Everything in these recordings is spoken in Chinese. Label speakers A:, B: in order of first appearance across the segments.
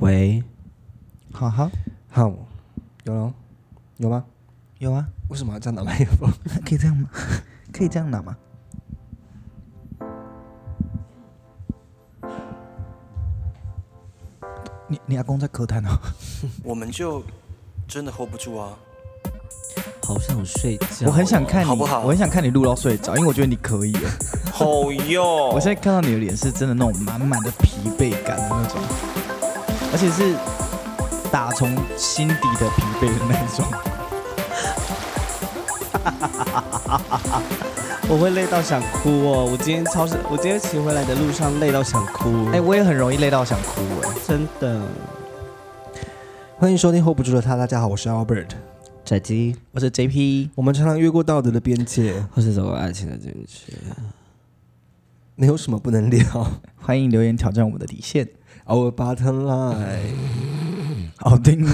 A: 喂，
B: 好好
A: 好，有了，有吗？
B: 有啊，
A: 为什么要这样拿麦克风？
B: 可以这样吗？ 可以这样拿吗？你你阿公在咳痰哦，
C: 我们就真的 hold 不住啊！
A: 好想睡觉。
B: 我很想看你，
C: 好不好
B: 我很想看你录到睡着，因为我觉得你可以耶。
C: 好哟，
B: 我现在看到你的脸是真的那种满满的疲惫感的那种，而且是打从心底的疲惫的那一种。
A: 我会累到想哭哦。我今天超市，我今天骑回来的路上累到想哭。
C: 嗯
B: 哎、
A: 哎、
B: 我也很容易累到想哭哎。
A: 真的。
B: 欢迎收听 hold 不住的他，大家好，我是 Albert，
A: 宅鸡，
B: 我是 JP。
D: 我们常常越过道德的边界，
A: 或是走过爱情的禁区。
D: 没有什么不能聊。
B: 欢迎留言挑战我们的底线。
D: Our bottom line，
B: 好听 呢，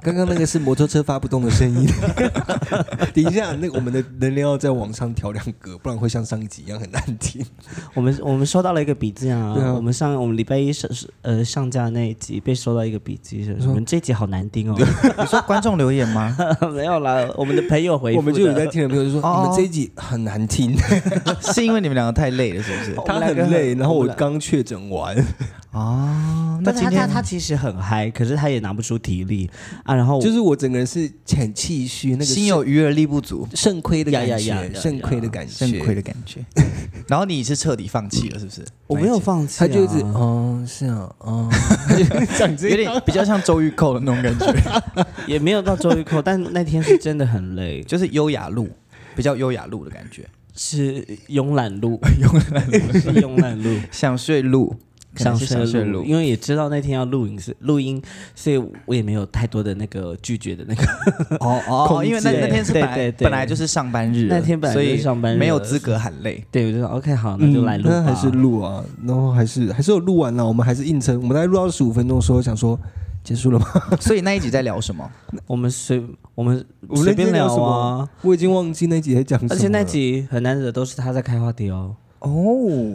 D: 刚刚那个是摩托车发不动的声音。 等一下，那个我们的能量要再往上调两格，不然会像上一集一样很难听。
A: 我们我们收到了一个笔记啊，
D: 对啊
A: 我们上我们礼拜一上呃上架那一集被收到一个笔记，是我们这集好难听哦。
B: 你说观众留言吗？
A: 没有啦，我们的朋友回复的
D: 我们就有在听的朋友就说，
B: 哦
D: 你们这一集很难听，
B: 是因为你们两个太累了，是不是？
D: 他很累，然后我刚确诊完，
B: 哦，那
A: 但是
B: 今
A: 他他
B: 天
A: 他其实很嗨，可是他也拿不出体力啊。然后
D: 就是我整个人是很气虚，那个
B: 哦心有余而力不足，
D: 肾肾亏的感
A: 呀呀呀呀
D: 觉，
A: 呀
D: 肾亏的感觉，
B: 肾亏的感觉。 然后你是彻底放弃了，是不是？
A: 我没有放弃、啊，
D: 他就一直，哦，是啊， 哦，
B: 讲有点比较像周玉蔻的那种感觉，
A: 也没有到周玉蔻，但那天是真的很累，
B: 就是优雅路，比较优雅路的感觉，
A: 是慵懒路，慵懒路，是慵懒路，
B: 想睡路，可能
A: 上
B: 是想睡
A: 睡路，因为也知道那天要录影是录音，所以我也没有太多的那个拒绝的那个。
B: 哦哦哦，
A: 空
B: 因为那
A: 姐
B: 那天是本
A: 对
B: 来
A: 对对
B: 本来就是上班日了，
A: 那天本来就是
B: 所以
A: 上班日了
B: 没有资格喊累。
A: 对，我就说 OK，好，那就来录吧。
D: 嗯那还是录啊，然后还是还是有录完了，我们还是硬撑，我们大概录到十五分钟的时候，想说结束了 吗？
B: 所以那一集在聊什么？
A: 我们随我们
D: 我们
A: 随
D: 那
A: 便
D: 天聊什
A: 啊
D: 么，我已经忘记那集在讲什么
A: 而
D: 了，
A: 且那集很难得都是他在开话题哦。
B: 哦，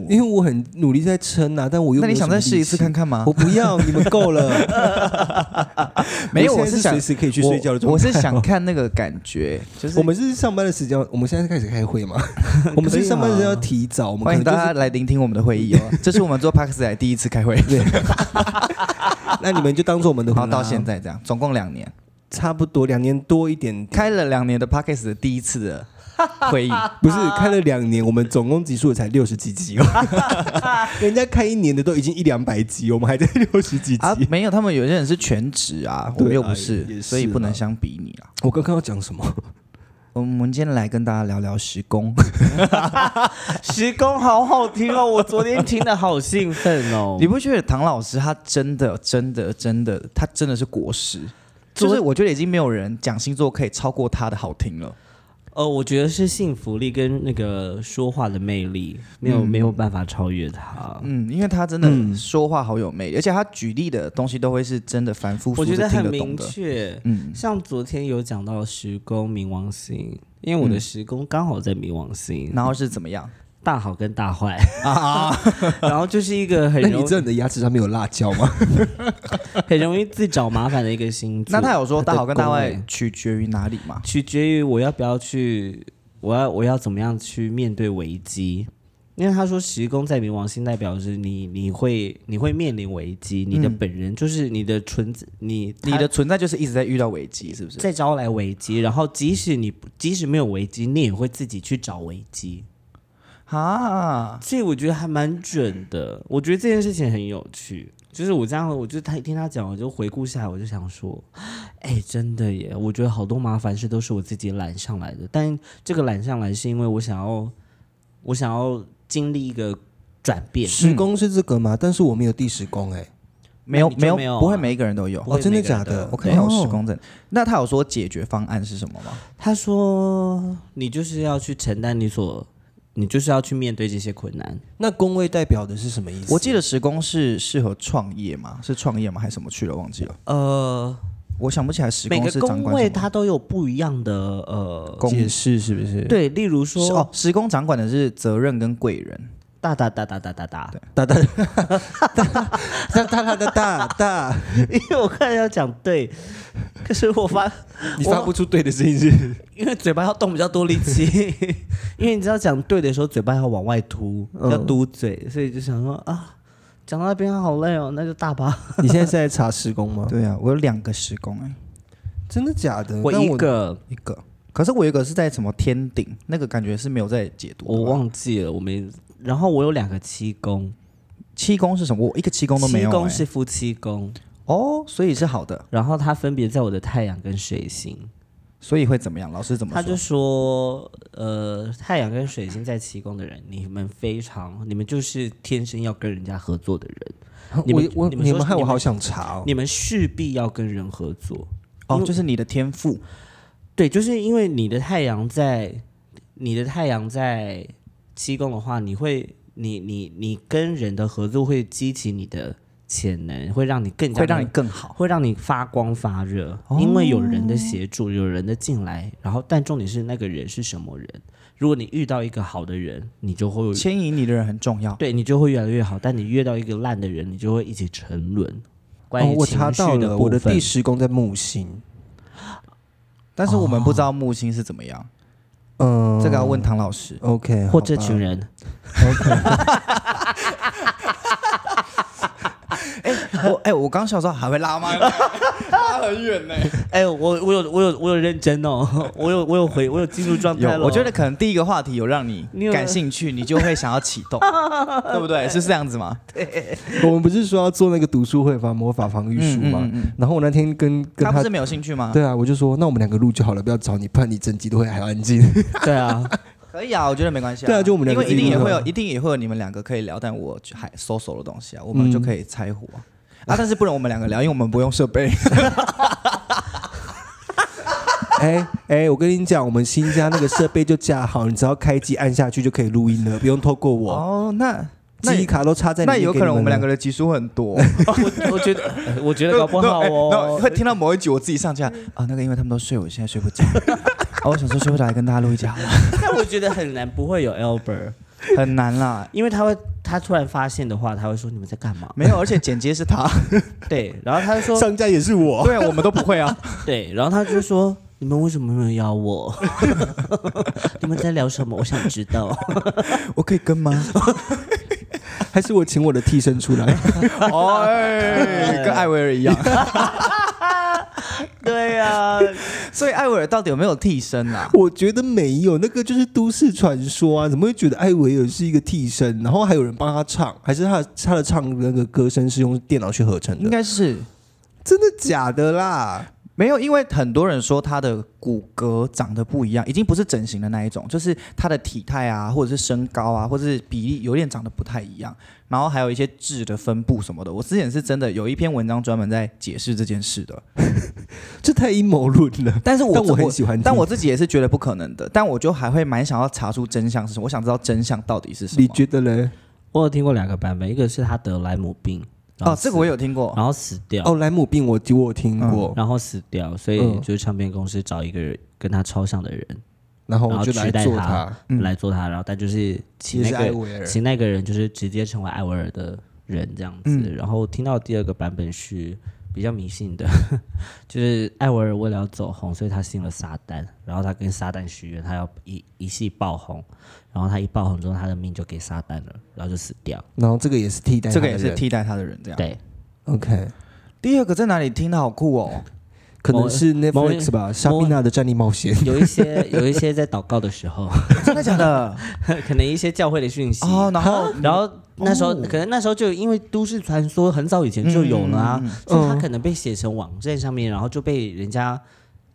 D: 因为我很努力在撑啊，但我又
B: 那你想再试一次看
D: 看？
B: 看吗
D: 我？不要，你们够了。
B: 没有，
D: 我
B: 我
D: 现在
B: 是
D: 是
B: 想
D: 随时可以去睡觉的
B: 我。
D: 状
B: 我
D: 态。
B: 是想看那个感觉，就是
D: 我们是上班的时间，我们现在开始开会 嘛？我们是上班的时间要提早，我们
B: 啊欢
D: 可
B: 迎
D: 能就
B: 大家
D: 是
B: 来聆听我们的会议哦。这是我们做 p a x 来第一次开会，
D: 那你们就当做我们 的
B: 然
D: 啊回
B: 后
D: 答
B: 到现在这样，总共两年，
D: 差不多两年多一点点，
B: 开了两年的 p a x 的第一次的会议，
D: 不是开了两年，我们总共集数才六十几集哦。哦 人家开一年的都已经一两百集，我们还在六十几集。
B: 啊，没有，他们有些人是全职啊，我
D: 对
B: 们又不
D: 啊
B: 是，
D: 也是
B: 所以不能
D: 啦
B: 相比你啊。
D: 我刚刚要讲什么？
B: 我们今天来跟大家聊聊时工，
A: 时工好好听哦，我昨天听的好兴奋哦
B: 你不觉得唐老师他真的真的真的，他真的是国师，就
A: 昨
B: 是我觉得已经没有人讲星座可以超过他的好听了。
A: 呃，我觉得是幸福力跟那个说话的魅力，没有、没有办法超越他。
B: 嗯，因为他真的说话好有魅力，而且他举例的东西都会是真的反复，
A: 我觉得
B: 听
A: 很
B: 得懂
A: 明
B: 的。
A: 确，
B: 嗯，
A: 像昨天有讲到时宫冥王星，因为我
B: 嗯
A: 的时宫刚好在冥王星，
B: 然后是怎么样？
A: 大好跟大坏
B: 啊
A: 然后就是一个很
D: 那
A: 容
D: 你知道
A: 易
D: 你的牙齿上面有辣椒吗？
A: 很容易自找麻烦的一个星座。
B: 那他有说大好跟大
A: 的宫
B: 坏
A: 位
B: 取决于哪里吗？
A: 取决于我要不要去，我要我要怎么样去面对危机。因为他说时宫在冥王星代表是你你会你会面临危机，你的本人就是你的存在你
B: 你的存在就是一直在遇到危机，是不是？
A: 在招来危机，然后即使你不即使没有危机，你也会自己去找危机。
B: 啊，
A: 所以我觉得还蛮准的。我觉得这件事情很有趣，就是我这样，我就他听他讲，我就回顾下来，我就想说，哎，真的耶！我觉得好多麻烦事都是我自己揽上来的，但这个揽上来是因为我想要，我想要经历一个转变。
D: 十宫是这个吗？但是我没有第十宫哎。
B: 没有
A: 那你就
B: 没有
A: 没有啊
B: 不会每一个人都有。
A: 不会
D: 哦真的
A: 每个人
D: 假
A: 都
D: 的
A: 有
B: 我看有
D: 哦
B: 时工证，那他有说解决方案是什么吗？
A: 他说，你就是要去承担你所，你就是要去面对这些困难。
D: 那宫位代表的是什么意思？
B: 我记得时工是适合创业吗？是创业吗？还是什么去了？忘记了，
A: 呃，
B: 我想不起来时
A: 每
B: 工
A: 个
B: 是长
A: 工
B: 官
A: 位
B: 什么。
A: 它都有不一样的呃，
B: 工
D: 解释是不是？，
A: 对，例如说
B: 是哦，时工掌管的是责任跟贵人，
A: 大大大大大大大，
D: 大大哒哒哒哒哒哒，
A: 因为我看要讲对，可是我发
D: 你发不出对的声音是？
A: 因为嘴巴要动比较多力气， 因为你知道讲对的时候嘴巴要往外凸，
D: 嗯
A: 要嘟嘴，所以就想说啊，讲到那边好累哦，那就大吧。
D: 你现在是在查施工吗？
B: 对啊，我有两个施工哎、
D: 真的假的？
A: 嗯我
D: 但
A: 一个
B: 一个，可是我有一个是在什么天顶，那个感觉是没有在解读的吧
A: 我忘记了，我没。然后我有两个七宫，
B: 七宫是什么？我一个七宫都没有、
A: 七
B: 欸。
A: 宫是夫妻宫，
B: 哦，所以是好的，
A: 然后它分别在我的太阳跟水星。
B: 所以会怎么样？老师怎么
A: 他
B: 说？
A: 就说，呃，太阳跟水星在七宫的人，你们非常，你们就是天生要跟人家合作的人，你们
D: 我我
A: 你
D: 你
A: 们
D: 们
A: 说
D: 害
A: 你们
D: 我好想查哦。
A: 你们势必要跟人合作。
B: 哦，就是你的天赋
A: 对，就是因为你的太阳在你的太阳在七宫的话，你会你你你跟人的合作会激起你的潜能，会让你更加
B: 会
A: 的
B: 让你更好。
A: 会让你发光发热，
D: 哦
A: 因为有人的协助，有人的进来，然后但重点是那个人是什么人。如果你遇到一个好的人，你就会
B: 牵引你的人很重要。
A: 对你就会越来越好；但你遇到一个烂的人，你就会一起沉沦。关
D: 哦
A: 于，
D: 我
A: 情
D: 查到
A: 绪的
D: 了，
A: 部
D: 我的
A: 分，
D: 第十宫在木星。
B: 但是我们不知道木星是怎么样，
D: 嗯，
B: 这个要问唐 老师。
D: OK，
A: 或
D: 好
A: 这
D: 吧
A: 群人，
B: 我哎、我刚小时候还会拉吗？ 拉很远呢、
A: 哎、我我有我有我有认真哦，我有我有回我有进入状态了。
B: 有，我觉得可能第一个话题有让你
A: 哦你有
B: 感兴趣，你就会想要启 动，对不对？是这样子吗？
D: 我们不是说要做那个读书会防魔法防御术
B: 嗯
D: 吗？然后我那天跟跟
B: 他不
D: 他
B: 是，没有兴趣吗？
D: 对啊，我就说那我们两个录就好了，不要找你，不然你整集都会还安静。
A: 对啊，
B: 可以啊，我觉得没关系、
D: 对啊就我们两个
B: 因为一定也会有，
D: 自
B: 一定也会有你们两个可以聊，但我就还搜索的东西啊，我
D: 嗯
B: 们就可以拆火啊。啊但是不能我们两个聊，因为我们不用设备。
D: 哎哎，我跟你讲，我们新家那个设备就架好，你只要开机按下去就可以录音了，不用透过我。
B: 哦，那那
D: 记忆卡都插在里
B: 那
D: 面
B: 有
D: 给
B: 可能我们两
D: 了
B: 个的集数很多，
A: 哦我我觉得哎我觉得搞不 好
B: 然后
A: 哦。
B: 会听到某一集我自己上架啊，那个因为他们都睡，我现在睡 不着。啊，我想说睡不着，来跟大家录一集好了，
A: 但我觉得很难不会有 Albert，
B: 很难啦。
A: 因为他会他突然发现的话，他会说你们在干嘛？
B: 没有，而且剪接是 他，
A: 对，然后他就说
D: 上架也是我。
B: 对啊，我们都不会啊。
A: 对，然后他就说你们为什么没有邀我？ 你们在聊什么？我想知道。
B: 我可以跟吗？
D: 还是我请我的替身出来？
B: 哎，跟艾薇儿一样。
A: 对呀、
B: 所以艾薇儿到底有没有替身啊？
D: 我觉得没有，那个就是都市传说啊，怎么会觉得艾维尔是一个替身？然后还有人帮他唱，还是他他的唱那个歌声是用电脑去合成
B: 应
D: 的？
B: 该是
D: 真的假的啦？
B: 没有，因为很多人说他的骨骼长得不一样，已经不是整形的那一种，就是他的体态啊，或者是身高啊，或者是比例有点长得不太一样，然后还有一些痣的分布什么的。我之前是真的有一篇文章专门在解释这件事的，
D: 这太阴谋论了。
B: 但是我
D: 但我很喜欢听
B: 但我自己也是觉得不可能的，但我就还会蛮想要查出真相是什么，我想知道真相到底是什么。
D: 你觉得嘞？
A: 我有听过两个版本，一个是他得莱姆病，然后
B: 哦，这个我有听过，
A: 然后死掉，
D: 哦，莱姆病我我有听过，
A: 然后死掉，所以
D: 嗯
A: 就是唱片公司找一个人跟他超像的人，
D: 然后
A: 然
D: 我
A: 后
D: 就来
A: 取代
D: 做
A: 他，来做他，然后但就是请那
D: 也是艾
A: 个
D: 维尔。
A: 请那个人就是直接成为艾薇儿的人这样子。然后听到第二个版本是比较迷信的， 就是艾薇儿为了要走红，所以他信了撒旦，然后他跟撒旦许愿，他要一一系爆红，然后他一爆红之后，他的命就给撒旦了，然后就死掉。
D: 然后这个也是替代他
B: 这
D: 的
B: 个
D: 人，
B: 也是替代他的人这样。，
A: 对，
D: OK，
B: 第二个在哪里听的好酷哦。
D: 可能是
A: 某一
D: Netflix 吧，莎宾娜的战地冒险。
A: 有一些有一些在祷告的时候，
B: 真的假 的？
A: 可能一些教会的讯息。
B: 哦，然后
A: 然后那时候、可能那时候就因为都市传说很早以前就有了啊，
B: 嗯
A: 所以它可能被写成网站上面，然后就被人家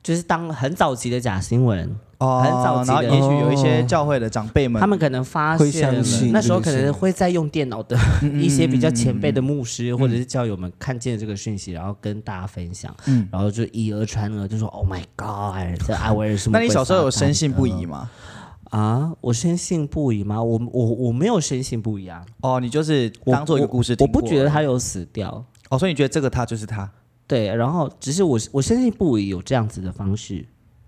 A: 就是当很早期的假新闻，
B: 哦，
A: 很早期
B: 然后
A: 的嗯
B: 也许有一些教会的长辈们，
A: 他们可能发
D: 会
A: 现了
D: 相信
A: 那时候
D: 这
A: 可
D: 个
A: 能
D: 新
A: 会在用电脑的
B: 嗯
A: 一些比较前辈的牧师或者是教友们看见这个讯息，然后跟大家分享，
B: 嗯
A: 然后就以讹传讹，就说 Oh my God，这艾薇儿是魔
B: 那
A: 鬼
B: 你小时候有深信不
A: 撒旦
B: 疑
A: 的
B: 吗？
A: 啊？我深信不疑吗？我我我没有深信不疑啊，
B: 哦，你就是
A: 我
B: 当做一个
A: 我
B: 故事
A: 我
B: 听过
A: 不觉得他有死掉。
B: 哦，所以你觉得这个他就是他
A: 对，然后只是我我深信不疑有这样子的方式，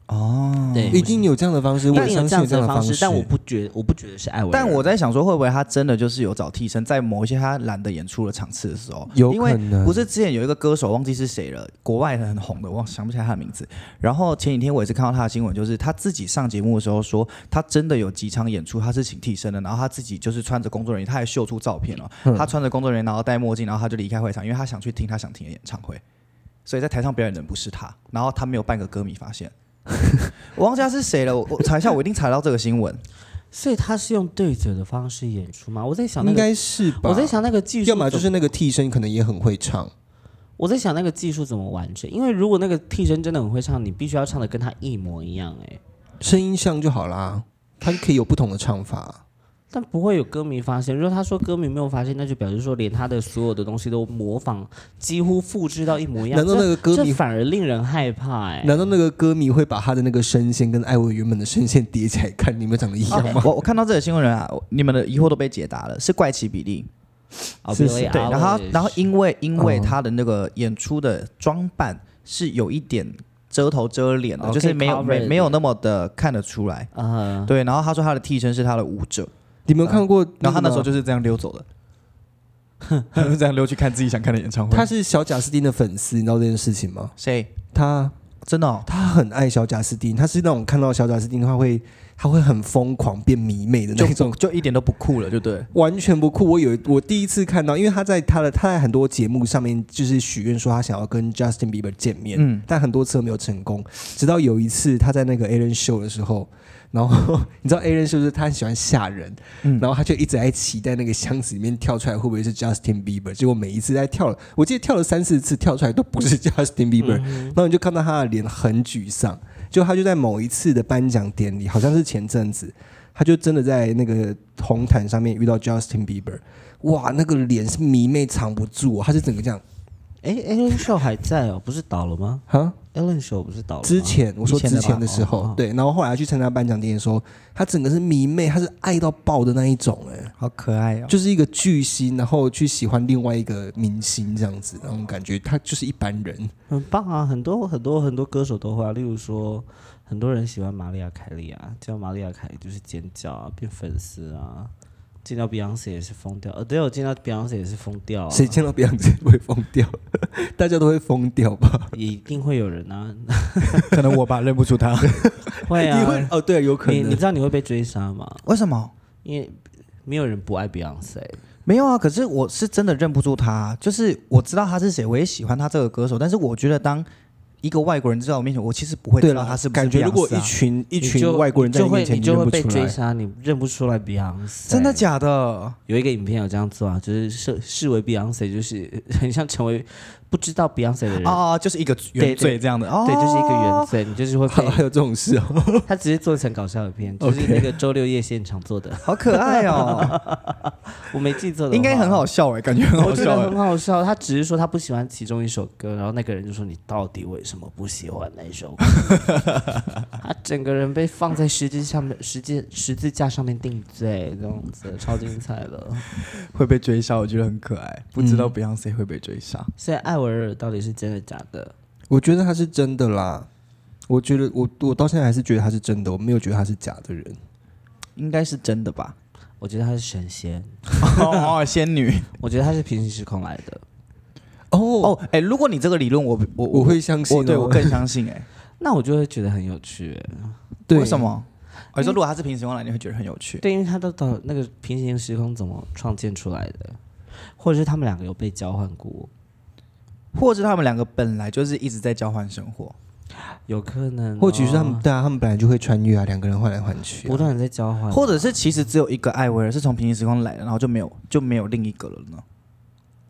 B: 哦，
A: 对，
D: 一定有这样的方式，我
A: 一
D: 也
A: 定有
D: 相
A: 这
D: 信
A: 样
D: 有
A: 子
D: 这样
A: 的
D: 的
A: 方
D: 式
A: 式，，但我不觉我不觉得是艾薇儿。
B: 但我在想说，会不会他真的就是有找替身，在某一些他懒得演出的场次的时候，
D: 有
B: 因为
D: 可能
B: 不是之前有一个歌手忘记是谁了，国外很红的，我想不起来他的名字。然后前几天我也是看到他的新闻，就是他自己上节目的时候说，他真的有几场演出他是请替身的，然后他自己就是穿着工作人员，他还秀出照片哦，他穿着工作人员，然后戴墨镜，然后他就离开会场，因为他想去听他想听的演唱会。所以在台上表演的人不是他，然后他没有半个歌迷发 现。我忘记他是谁了，我我查一下，我一定查到这个新闻。
A: 所以他是用对嘴的方式演出吗？我在想那
D: 应
A: 个，
D: 该是吧？
A: 我在，想那个技术，
D: 要么就是那个替身可能也很会唱，
A: 我在想那个技术怎么完成，因为如果那个替身真的很会唱，你必须要唱的跟他一模一样、哎，
D: 声音像就好啦，他可以有不同的唱法。
A: 但不会有歌迷发现。如果他说歌迷没有发现，那就表示说连他的所有的东西都模仿，几乎复制到一模一样。
D: 难道那个歌
A: 哎这
D: 迷
A: 这反而令人害怕、哎，
D: 难道那个歌迷会把他的那个声线跟艾薇原本的声线叠起来看，你们长得一样
A: 哦
D: 吗？
B: 我我看到这个新闻人啊，我你们的疑惑都被解答了，是怪奇比例。
A: 哦
D: 是
A: ，Billie
D: 是
B: 对，然后
A: Eilish
B: 然后因为因为他的那个演出的装扮是有一点遮头遮脸的，
A: 哦
B: 就是
A: 可以
B: 没有
A: cover
B: 没
A: 的
B: 没有那么的看得出来。
A: 呃，
B: 对，然后他说他的替身是他的舞者，
D: 你们有看过？
B: 然后他那时候
D: 就
B: 就是这样溜走的， 他就这样溜去看自己想看的演唱会。
D: 他是小贾斯汀的粉丝，你知道这件事情吗？
B: 谁？
D: 他
B: 真的、哦？
D: 他很爱小贾斯汀，他是那种看到小贾斯汀他会他会很疯狂变迷妹的
B: 就
D: 那种
B: 不，就一点都不酷了，就对了。
D: 完全不酷。我有我第一次看到，因为他在他的他在很多节目上面就是许愿说他想要跟 Justin Bieber 见面，
B: 嗯
D: 但很多次都没有成功。直到有一次他在那个 Aaron Show 的时候，然后 你知道 Aaron Show 就是他很喜欢吓人，
B: 嗯
D: 然后他就一直在期待那个箱子里面跳出来会不会是 Justin Bieber，结果每一次在跳了，我记得跳了三四次跳出来都不是 Justin Bieber，、然
B: 嗯
D: 后你就看到他的脸很沮丧。就他就在某一次的颁奖典礼，好像是前阵子，他就真的在那个红毯上面遇到 Justin Bieber，哇，那个脸是迷妹藏不住、哦他是整个这样
A: 哎，Ellen Show 还在哦，不是倒了吗
D: 啊。
A: ？Ellen Show 不是倒了吗？
D: 之前我说
B: 以前
D: 之
B: 的吧
D: 前的时候，
A: 哦哦
D: 对，然后后来去参加颁奖典礼的时候，他整个是迷妹，他是爱到爆的那一种、哎，
B: 好可爱哦！
D: 就是一个巨星，然后去喜欢另外一个明星这样子，那种感觉，他就是一般人。
A: 很棒啊，很多很多很多歌手都会啊，例如说，很多人喜欢玛丽亚·凯莉啊，叫玛丽亚·凯莉就是尖叫啊，变粉丝啊，见到 Beyonce 也是疯掉，Adele 见到 Beyonce 也是疯掉、啊，
D: 谁见到 Beyonce 会疯掉？ 大家都会疯掉吧？
A: 也一定会有人 啊，
B: 可能我吧认不出 他，
A: 会
D: 一定会
A: 啊，
D: 哦，对，有可
A: 你
D: 能。
A: 你知道你会被追杀吗？
B: 为什么？
A: 因为没有人不爱 Beyonce，
B: 没有啊，可是我是真的认不住他，就是我知道他是谁，我也喜欢他这个歌手，但是我觉得当一个外国人知道我面前，我其实不会
D: 对
B: 知
D: 了，
B: 道他是不是
D: 感觉如果
B: Beyonce 啊
D: 一群一
A: 你就
D: 群外国人在
A: 就
D: 你
A: 会
D: 面前，
A: 你就会
D: 认不
A: 被
D: 出
A: 追
D: 来
A: 杀，你认不出来 Beyonce，
B: 真的假的？
A: 有一个影片有这样做啊，就是视视为 Beyonce，就是 很像成为不知道 Beyonce 的人。
B: 哦，就是一个原罪这样的哦，
A: 对，就是一个原罪，你就是会
D: 还
A: 被
D: 还有这种事哦，
A: 他直接做成搞笑的片，就是那个周六夜现场做的，
B: 好可爱哦，
A: 我没记错的，
B: 应该很好，笑哎，感觉很
A: 我
B: 好
A: 觉得
B: 笑
A: 很
B: 哎。
A: 好笑。他只是说他不喜欢其中一首歌，然后那个人就说你到底为什么不喜欢那 首歌？他整个人被放在十字上面，十字十字架上面定罪，这样子超精彩了。
B: 会被追杀，我觉得很可爱。不知道 Beyonce 会被追杀，
A: 所以艾薇儿到底是真的假的？
D: 我觉得他是真的啦。我觉得我我到现在还是觉得他是真的，我没有觉得他是假的人。
B: 应该是真的吧？
A: 我觉得他是神仙，
B: 哦，仙女
A: 我觉得他是平行时空来的。
D: 哦，
B: 哦，哎，如果你这个理论，我我
D: 我会相信哦
B: 我对我更相信哎。
A: 那我就会觉得很有趣、欸
D: 对，
B: 为什？么？我说如果他是平时光来，你会觉得很有趣。
A: 对，因为他都到那个平行时空怎么创建出来的，或者是他们两个有被交换过，
B: 或者他们两个本来就是一直在交换生活，
A: 有可能、哦
D: 或许是他们对啊，他们本来就会穿越啊，两个人换来换去啊、
A: 不断的在交换，
B: 或者是其实只有一个艾薇儿是从平行时空来的，然后就没有就没有另一个了呢？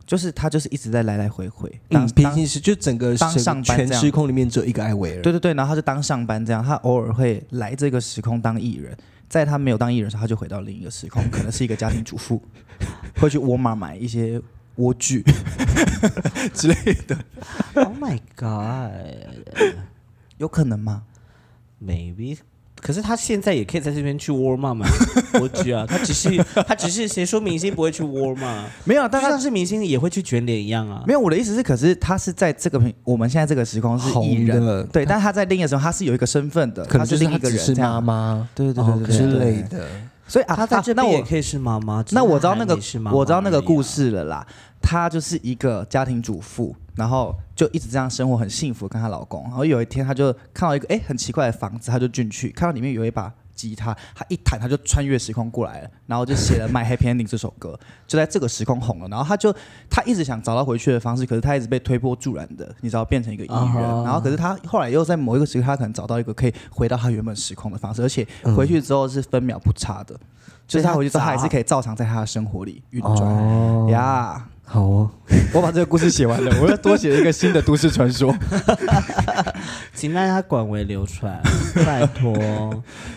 B: 就是他就是一直在来来回回当
D: 嗯，平
B: 当
D: 行时就整个
B: 当
D: 整个
B: 上班
D: 全
B: 这样
D: 时空里面只有一个艾薇儿。
B: 对对对，然后他就当上班这样，他偶尔会来这个时空当艺人，在他没有当艺人的时候，他就回到另一个时空，可能是一个家庭主 妇，会去沃尔玛买一些莴苣之类的，
A: ，Oh my God，maybe
B: 有可能吗？
A: 可可是他现在也可以在这边去沃尔玛 买莴苣啊，他只是他只是谁说明星不会去沃尔 玛？
B: 没有，啊
A: 就
B: 但他
A: 像是明星也会去卷脸一样啊。
B: 没有我的意思是，可是他是在这个平我们现在这个时空是艺
D: 红
B: 人，
D: 的，
B: 对，但他在另一个时候他是有一个身份的，
D: 可能就是
B: 另
D: 他
B: 一个
D: 只
B: 人
D: 是
B: 这
D: 妈
B: 样。
D: 妈哦
B: 对对对对对
D: 之
B: 对
D: 类的。
B: 所以啊，
A: 他在
B: 啊
A: 这
B: 那
A: 边也
B: 我
A: 可以是妈妈，只是
B: 那我
A: 他
B: 知道
A: 哦还
B: 那个
A: 没是妈妈
B: 我知道那
A: 而
B: 个
A: 已啊
B: 故。事了啦，她就是一个家庭主妇，然后就一直这样生活很幸福，跟她老公。然后有一天，她就看到一个哎、诶很奇怪的房子，她就进去，看到里面有一把吉他，她一弹，她就穿越时空过来了，然后就写了《My Happy Ending》这首歌，就在这个时空红了。然后她就她一直想找到回去的方式，可是她一直被推波助澜的，你知道变成一个艺人。
A: 啊哈
B: 然后可是她后来又在某一个时刻，她可能找到一个可以回到她原本时空的方式，而且回去之后是分秒不差的。就是他回去之后，他还
A: 啊
B: 是可以照常在他的生活里运转。
D: 哦，
B: 呀，
D: 好哦，
B: 我把这个故事写完了，我要多写一个新的都市传 说。
A: 请大家广为流 传，拜托。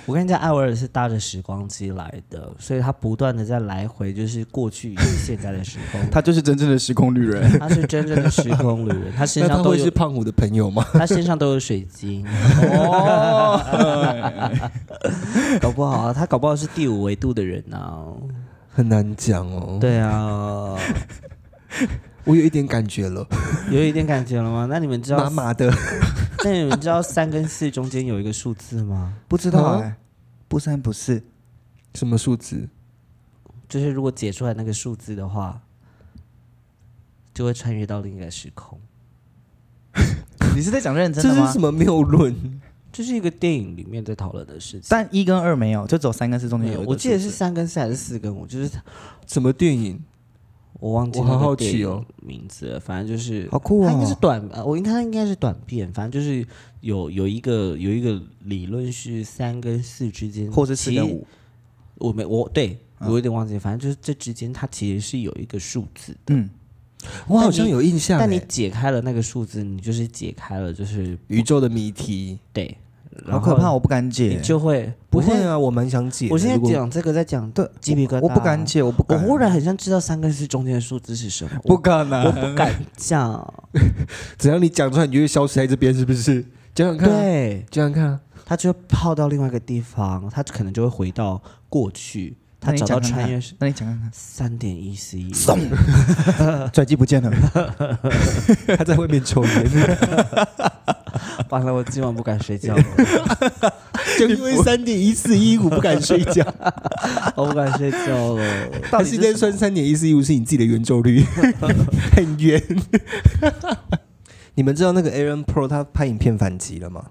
A: 我跟你讲，艾维尔是搭着时光机来的，所以他不断的在来回，就是过去以及现在的时 空。
B: 他就是真正的时空旅人。
A: 他是真正的时空旅 人，他身
D: 那
A: 上
D: 他
A: 都
D: 会是
A: 有，
D: 胖虎的朋友吗？
A: 他身上都有水晶，
B: 哦，
A: 搞不好啊他搞不好是第五维度的人啊。
D: 很难讲哦。
A: 对啊，
D: 我有一点感觉了，
A: 有一点感觉了吗？那你们知
D: 麻
A: 道，
D: 麻 的。
A: 那你们知道三跟四中间有一个数字吗？
B: 不知道
D: 啊
B: 哎，不三不四，
D: 什么数字？
A: 就是如果解出来那个数字的话，就会穿越到另一个时空。
B: 你是在讲认
D: 这
B: 真的
D: 是
B: 吗
D: 什？么谬论？
A: 这是一个电影里面在讨论的事情。
B: 但一跟二没有，就走三跟四中间有一个
A: 我记得是
B: 数字
A: 三跟四还是四跟五，就是
D: 什么电影？
A: 我忘记
D: 我好
A: 那个
D: 好
A: 电
D: 奇
A: 影
D: 哦
A: 名字了，反正就是
B: 好酷
A: 它应该是
B: 哦。
A: 短，呃我应该它应该是短片，反正就是有有一个有一个理论是三跟四之间，
B: 或是四跟
A: 其实，
B: 五，嗯
A: 我没我对我有点忘记，反正就是这之间它其实是有一个数字，
B: 嗯，
D: 我好像有印象欸。
A: 但你解开了那个数字，你就是解开了，就是
D: 宇宙的谜题？
A: 对，
B: 好可怕，，我哦不敢
A: 你
B: 解。
A: 就会
D: 不
A: 我现
D: 会
A: 在
D: 啊，我蛮想解的。
A: 我现在
D: 如果
A: 讲这个在讲
B: 对
A: 鸡皮疙瘩，啊
B: 我不敢。解，我不
A: 我
B: 敢，
A: 忽然很像知道三跟四中间的数字是什么，
B: 不敢
A: 我
B: 啊！
A: 不敢讲。
D: 只要你讲出来，你就会消失在这边，是不是？讲讲看啊，
A: 对，
D: 讲讲看啊。
A: 他就会泡到另外一个地方，他可能就会回到过去，他
B: 那你
A: 找到
B: 讲看
A: 穿
B: 看
A: 越是
B: 那你讲看
A: 三点一十一。
B: 看，拽机不见了。
D: 他在外面抽烟，
A: 完了，我今晚不敢睡觉了，
D: 就因为三点一四一五不敢睡觉，
A: 我不敢睡觉了。
B: 到
D: 他
B: 底
D: 是
B: 是
D: 在算三点一四一五是你自己的圆周 率，很圆。你们知道那个 Aaron Pro 他拍影片反击了吗？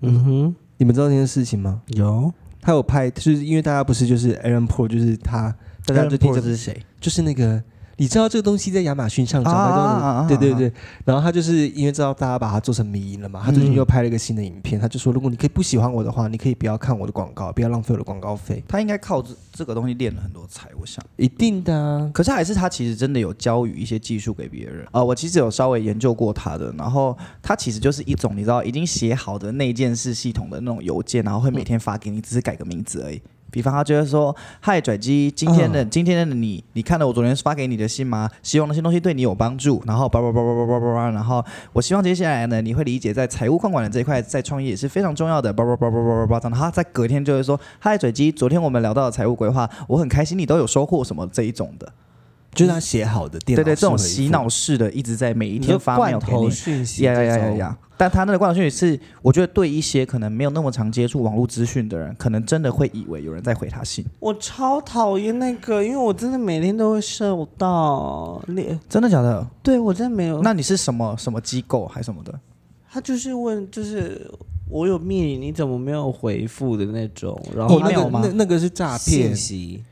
A: 嗯哼，
D: 你们知道这件事情吗？
A: 有
D: 他有拍，就是因为大家不是就是 Aaron Pro 就是他，大家就听
B: 这
D: 着
B: 是谁？
D: 就是那个。你知道这个东西在亚马逊上找
B: 啊
D: 得
B: 啊啊啊
D: 到
B: 啊
D: 的，
B: 啊
D: 对对对。然后他就是因为知道大家把它做成迷因了嘛，他最近又拍了一个新的影片，他就说，如果你可以不喜欢我的话，你可以不要看我的广告，不要浪费我的广告费。
B: 他应该靠这这个东西练了很多才，我想。
D: 一定的啊，
B: 可是还是他其实真的有教予一些技术给别人啊、我其实有稍微研究过他的，然后他其实就是一种你知道已经写好的内建式系统的那种邮件，然后会每天发给你，只是改个名字而已。比方他就会说：“嗨，拽机，今天的、今天的你，你看了我昨天发给你的信吗？希望那些东西对你有帮助。然后叭叭叭叭叭叭叭叭，然后我希望接下来呢，你会理解在财务控管的这一块，在创业也是非常重要的。叭叭叭叭叭叭叭，这样。然后他在隔天就会说：嗨，拽机，昨天我们聊到了财务规划，我很开心你都有收获什么这一种的。”
D: 就是他写好的电脑
B: 对对，这种
D: 是回复
B: 洗脑式的，一直在每一
A: 一
B: 天发 mail
A: 罐
B: 给你
A: 头。讯息
B: 呀呀
A: 这
B: 呀呀
A: 种，
B: 呀！但他那个罐头讯息是，我觉得对一些可能没有那么常接触网络资讯的人，可能真的会以为有人在回他信，
A: 我超讨厌那个，因为我真的每天都会受到。你
B: 真的假的？
A: 对我真的没有，
B: 那你是什么什么机构还是什么的？
A: 他就是问，就是我有密你，你怎么没有回复的那种，然后
D: 哦，
A: 他
D: 那
A: 就
D: 个
B: email 吗
D: 那那个是诈
A: 信，
D: 骗
A: 息。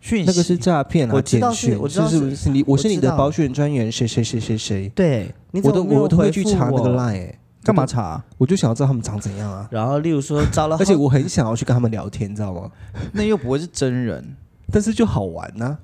B: 讯息
D: 那个是诈骗啊！
A: 我知道
D: 简讯
A: 是我知道
D: 是
A: 是
D: 不是你？我是你
A: 我知
D: 的
A: 道
D: 保险专员，谁谁谁谁谁，
A: 对，你
D: 我
A: 怎
D: 都
A: 么没有
D: 我都会去
A: 回复
D: 查那
A: 我
D: 个 line，欸
B: 干嘛查啊？
D: 我就想要知道他们长怎样啊！
A: 然后，例如说找了好，
D: 而且我很想要去跟他们聊天，你知道吗？
B: 那又不会是真人，
D: 但是就好玩啊呐、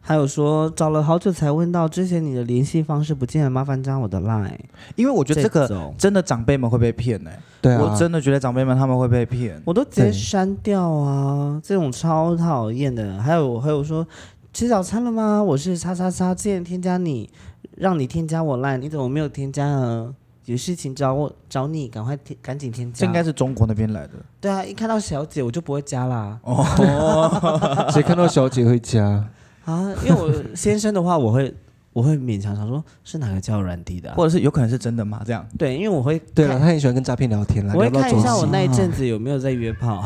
A: 还有说找了好久才问到，之前你的联系方式不见了，麻烦加我的 line。
B: 因为我觉得这个
A: 种
B: 真的长辈们会被骗呢、
D: 对啊，
B: 我真的觉得长辈们他们会被骗。
A: 我都直接
D: 对
A: 删掉啊，这种超讨厌的。还有还有说吃早餐了吗？我是叉叉叉，之前添加你，让你添加我 line，你怎么没有添加呢？有事情找我找你，赶快添赶紧添加。
B: 这应该是中国那边来的。
A: 对啊，一看到小姐我就不会加啦
B: 哦
D: 谁看到小姐会加？
A: 啊，因为我先生的话我会我会勉强想说，是哪个交友软体的啊、
B: 或者是有可能是真的吗？这样
A: 对，因为我会
D: 对了，
A: 看
D: 他很喜欢跟诈骗聊天啦，
A: 我
D: 聊
A: 会
D: 到
A: 看
D: 走
A: 一下我
D: 心。
A: 那一阵子有没有在约炮。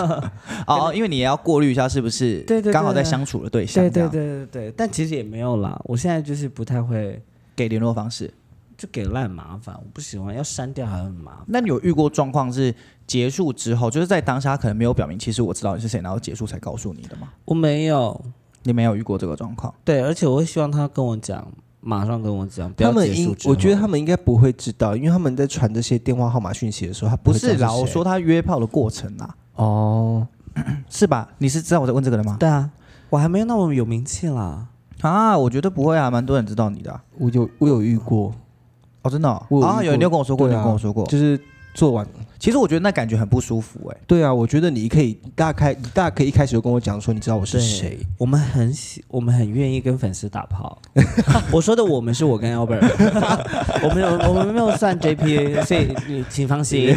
B: 哦，因为你也要过滤一下是不是
A: 对对对
B: 刚好在相处的对象，
A: 对
B: 这
A: 对
B: 样
A: 对对对，但其实也没有啦。我现在就是不太会，
B: 给联络方式。
A: 就给烂麻烦，我不喜欢，要删掉还很麻烦。
B: 那你有遇过状况是结束之后，就是在当下可能没有表明，其实我知道你是谁，然后结束才告诉你的吗？
A: 我没有，
B: 你没有遇过这个状况？
A: 对，而且我会希望他跟我讲，马上跟我讲，不
D: 他
A: 要
D: 们
A: 结束
D: 应，
A: 之后
D: 我觉得他们应该不会知道，因为他们在传这些电话号码讯息的时候，他
B: 不
D: 会知道
B: 是
D: 是
B: 啦，
D: 谁
B: 我说他约炮的过程啦，
D: 哦，
B: 是吧？你是知道我在问这个的吗？
A: 对啊，我还没有那么有名气啦。
B: 啊，我觉得不会啊，蛮多人知道你的啊、
D: 我有我有遇过，
B: 哦，真的哦、
D: 我有遇
B: 啊，有你有跟我说过，你
D: 对
B: 有
D: 啊
B: 跟我说过。
D: 就是做完，
B: 其实我觉得那感觉很不舒服哎、
D: 对啊，我觉得你可以大概你大可以一开始就跟我讲说你知道我是
A: 对
D: 谁，
A: 我们很喜，我们很愿意跟粉丝打炮。 我说的我们是我跟 Albert，我们有我们没有算 JPA，所以你请放 心，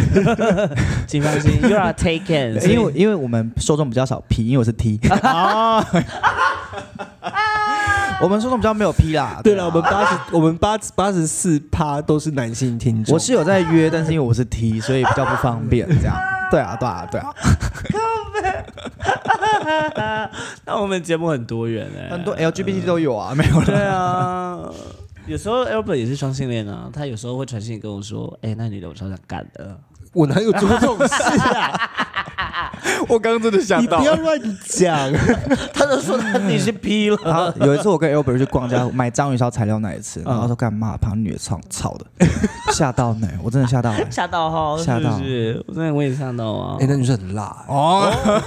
A: 请放心，You are taken 所以。
B: 因为因为我们受众比较少 P，因为我是 T 啊我们受众比较没有 P 啦。
D: 对
B: 啊
D: 了，我们八十，我们八八十四趴都是男性听众。
B: 我是有在约，但是因为我是 T，所以比较不方便这样。对啊，对啊，对啊，
A: 那我 们节目很多元哎、
B: 很多 LGBT 都有啊，没有
A: 对
B: 了。
A: 啊，有时候 Albert 也是双性恋啊，他有时候会传讯跟我说：“哎、那女的我超想干的。
D: 我哪有做过这种事啊？
B: 我刚刚真的想
D: 你不要乱讲。”
A: 他就说他自己是 P 了。
B: 然后有一次我跟 Albert 去逛家买章鱼烧材料那一次，然后他说干嘛？旁边女的吵吵的，吓到呢，我真的吓到了。
A: 吓到哈，
B: 吓到
A: 是不是？我真的我也吓到啊
D: 哎、！那女生很辣、欸，
B: 哦，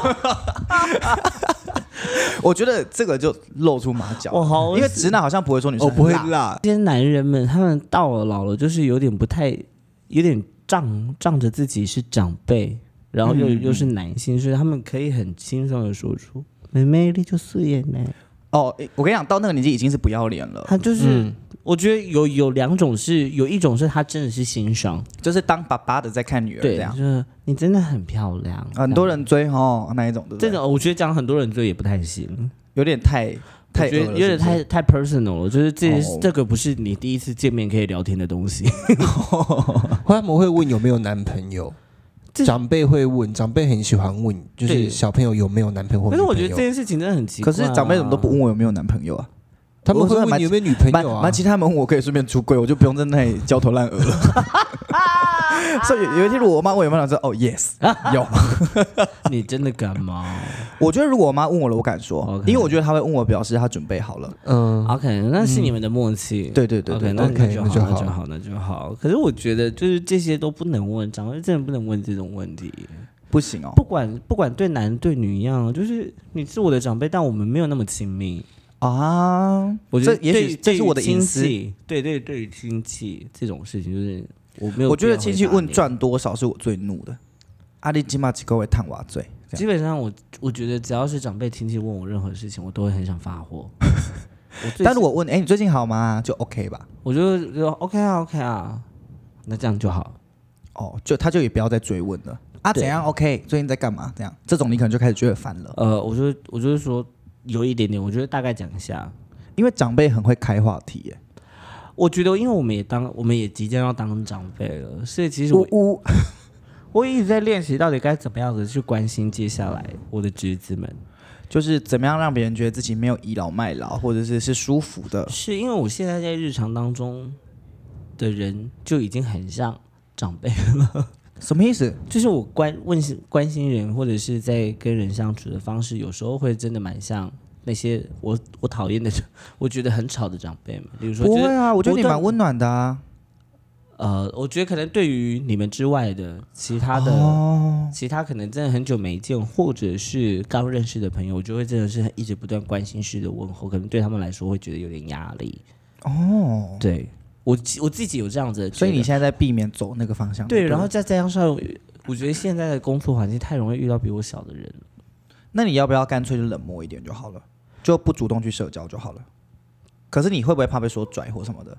B: 我觉得这个就露出马脚，
A: 我好恶心
B: 因为直男好哦像不会说女生
D: 我哦不会
B: 很辣
D: 辣。
A: 这些男人们，他们到了老了，就是有点不太，有点仗仗着自己是长辈，然后又、
B: 嗯
A: 又是男性，所以他们可以很轻松的说出“妹妹你就素颜呢
B: 哦，诶我跟你讲，到那个年纪已经是不要脸”，了，
A: 他就是。
B: 嗯
A: 我觉得有有两种是，有一种是他真的是欣赏，
B: 就是当爸爸的在看女儿这
A: 对，
B: 样
A: 就，是你真的很漂亮，
B: 很多人追哦那一种，对不
A: 这
B: 对？
A: 种我觉得讲很多人就也不太行，
B: 有点太太
A: 我觉
B: 恶
A: 得
B: 了
A: 有点太太 personal 了，就是这、
B: 哦
A: 这个不是你第一次见面可以聊天的东西。
D: 后来 他们会问有没有男朋友，
A: 这
D: 长辈会问，长辈很喜欢问，就
A: 对
D: 是小朋友有没有男朋友或
A: 可
D: 女
A: 是
D: 朋友。
A: 我觉得这件事情真的很奇
B: 是不
A: 怪、啊
B: 是。可是长辈怎么都不问，我有没有男朋友啊？
D: 他们会
B: 我说
D: 问
B: 蛮
D: 你有没有女朋
B: 蛮
D: 友啊
B: 蛮？其他们问我可以顺便出柜，我就不用在那里焦头烂 额了。所以有有一天如果我妈问我有没有男生，哦 yes 有。
A: 你真的敢吗
B: 我觉得如果我妈问我了，我敢说，
A: 哦 OK
B: 因为我觉得她会问我，表示她准备好了。
D: 嗯，
A: ？OK，那是你们的默契。
B: 对对对
A: OK，
B: 对
A: 那
D: 对
A: 那就
D: OK，那就
A: 好，那
D: 好
A: 就好，那就好。可是我觉得就是这些都不能问，长辈真的不能问这种问题。
B: 不行哦
A: 不管不管对男对女一样，就是你是我的长辈，但我们没有那么亲密。
B: 啊！
A: 我觉得
B: 这也
A: 对
B: 许这是我的
A: 对于
B: 隐私
A: 亲。戚对对，对于亲戚这种事情，就是我没有必要回答你。
B: 我觉得亲戚问赚多少是我最怒的。啊阿里基玛几个会探娃罪，这样
A: 基本上我我觉得只要是长辈亲戚问我任何事情，我都会很想发 火。我最
B: 但如果问哎、你最近好吗？就 OK 吧。
A: 我就觉得 OK 啊 OK 啊，那这样就好。
B: 哦，就他就也不要再追问了啊。
A: 对
B: 怎样 OK？最近在干嘛？这样这种你可能就开始觉得烦了，
A: 呃，我就我就是说有一点点，我觉得大概讲一下。
B: 因为长辈很会开话题耶。
A: 我觉得，因为我们也当我们也即将要当长辈了，所以其实我
B: 呜呜，
A: 我一直在练习到底该怎么样子去关心接下来我的侄子们。
B: 就是怎么样让别人觉得自己没有倚老卖老，或者是是舒服的。
A: 是因为我现在在日常当中的人就已经很像长辈
B: 什么意思？
A: 就是我关问心关心人，或者是在跟人相处的方式，有时候会真的蛮像那些我我讨厌的， 我觉得很吵的长辈们。比如说，
B: 不
A: 就
B: 会
A: 是
B: 啊，我觉得你
A: 不断
B: 蛮温暖的啊。
A: 呃，我觉得可能对于你们之外的其他的、
B: 哦
A: 其他可能真的很久没见，或者是刚认识的朋友，我就会真的是一直不断关心式的问候，可能对他们来说会觉得有点压力。哦，对我自我自己有这样子的觉得，
B: 所以你现在在避免走那个方向。
A: 对，
B: 不
A: 然后再再加上，我觉得现在的工作环境太容易遇到比我小的人了。
B: 那你要不要干脆就冷漠一点就好了，就不主动去社交就好了？可是你会不会怕被说拽或什么的？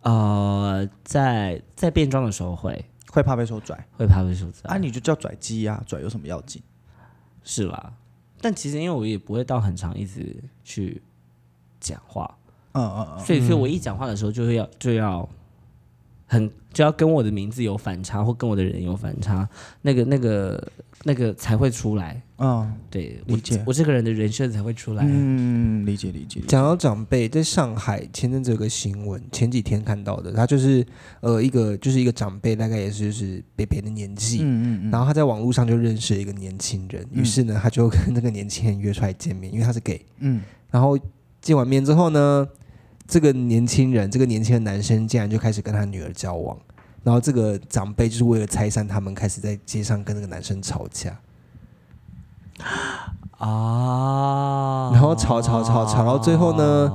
A: 呃，在在变装的时候会
B: 会怕被说拽
A: 会怕被说这
B: 啊，你就叫拽鸡啊，拽有什么要紧？
A: 是啦，但其实因为我也不会到很长一直去讲话，
B: 嗯嗯嗯，
A: 所以所以我一讲话的时候就会要就要很就要跟我的名字有反差，或跟我的人有反差，那个那个那个才会出来。
B: 嗯
A: 对，我
B: 理解
A: 我这个人的人设才会出来。
B: 嗯，理解理解。理解
D: 讲到长辈，在上海前阵子有个新闻，前几天看到的，他就是呃一个就是一个长辈，大概也是就是北北的年纪，
B: 嗯嗯嗯，
D: 然后他在网络上就认识了一个年轻人，于是呢，他就跟那个年轻人约出来见面，因为他是 gay。
B: 嗯，
D: 然后见完面之后呢，这个年轻人，这个年轻的男生竟然就开始跟他女儿交往，然后这个长辈就是为了拆散他们，开始在街上跟那个男生吵架，
A: 啊
D: 然后吵吵吵吵到最后呢，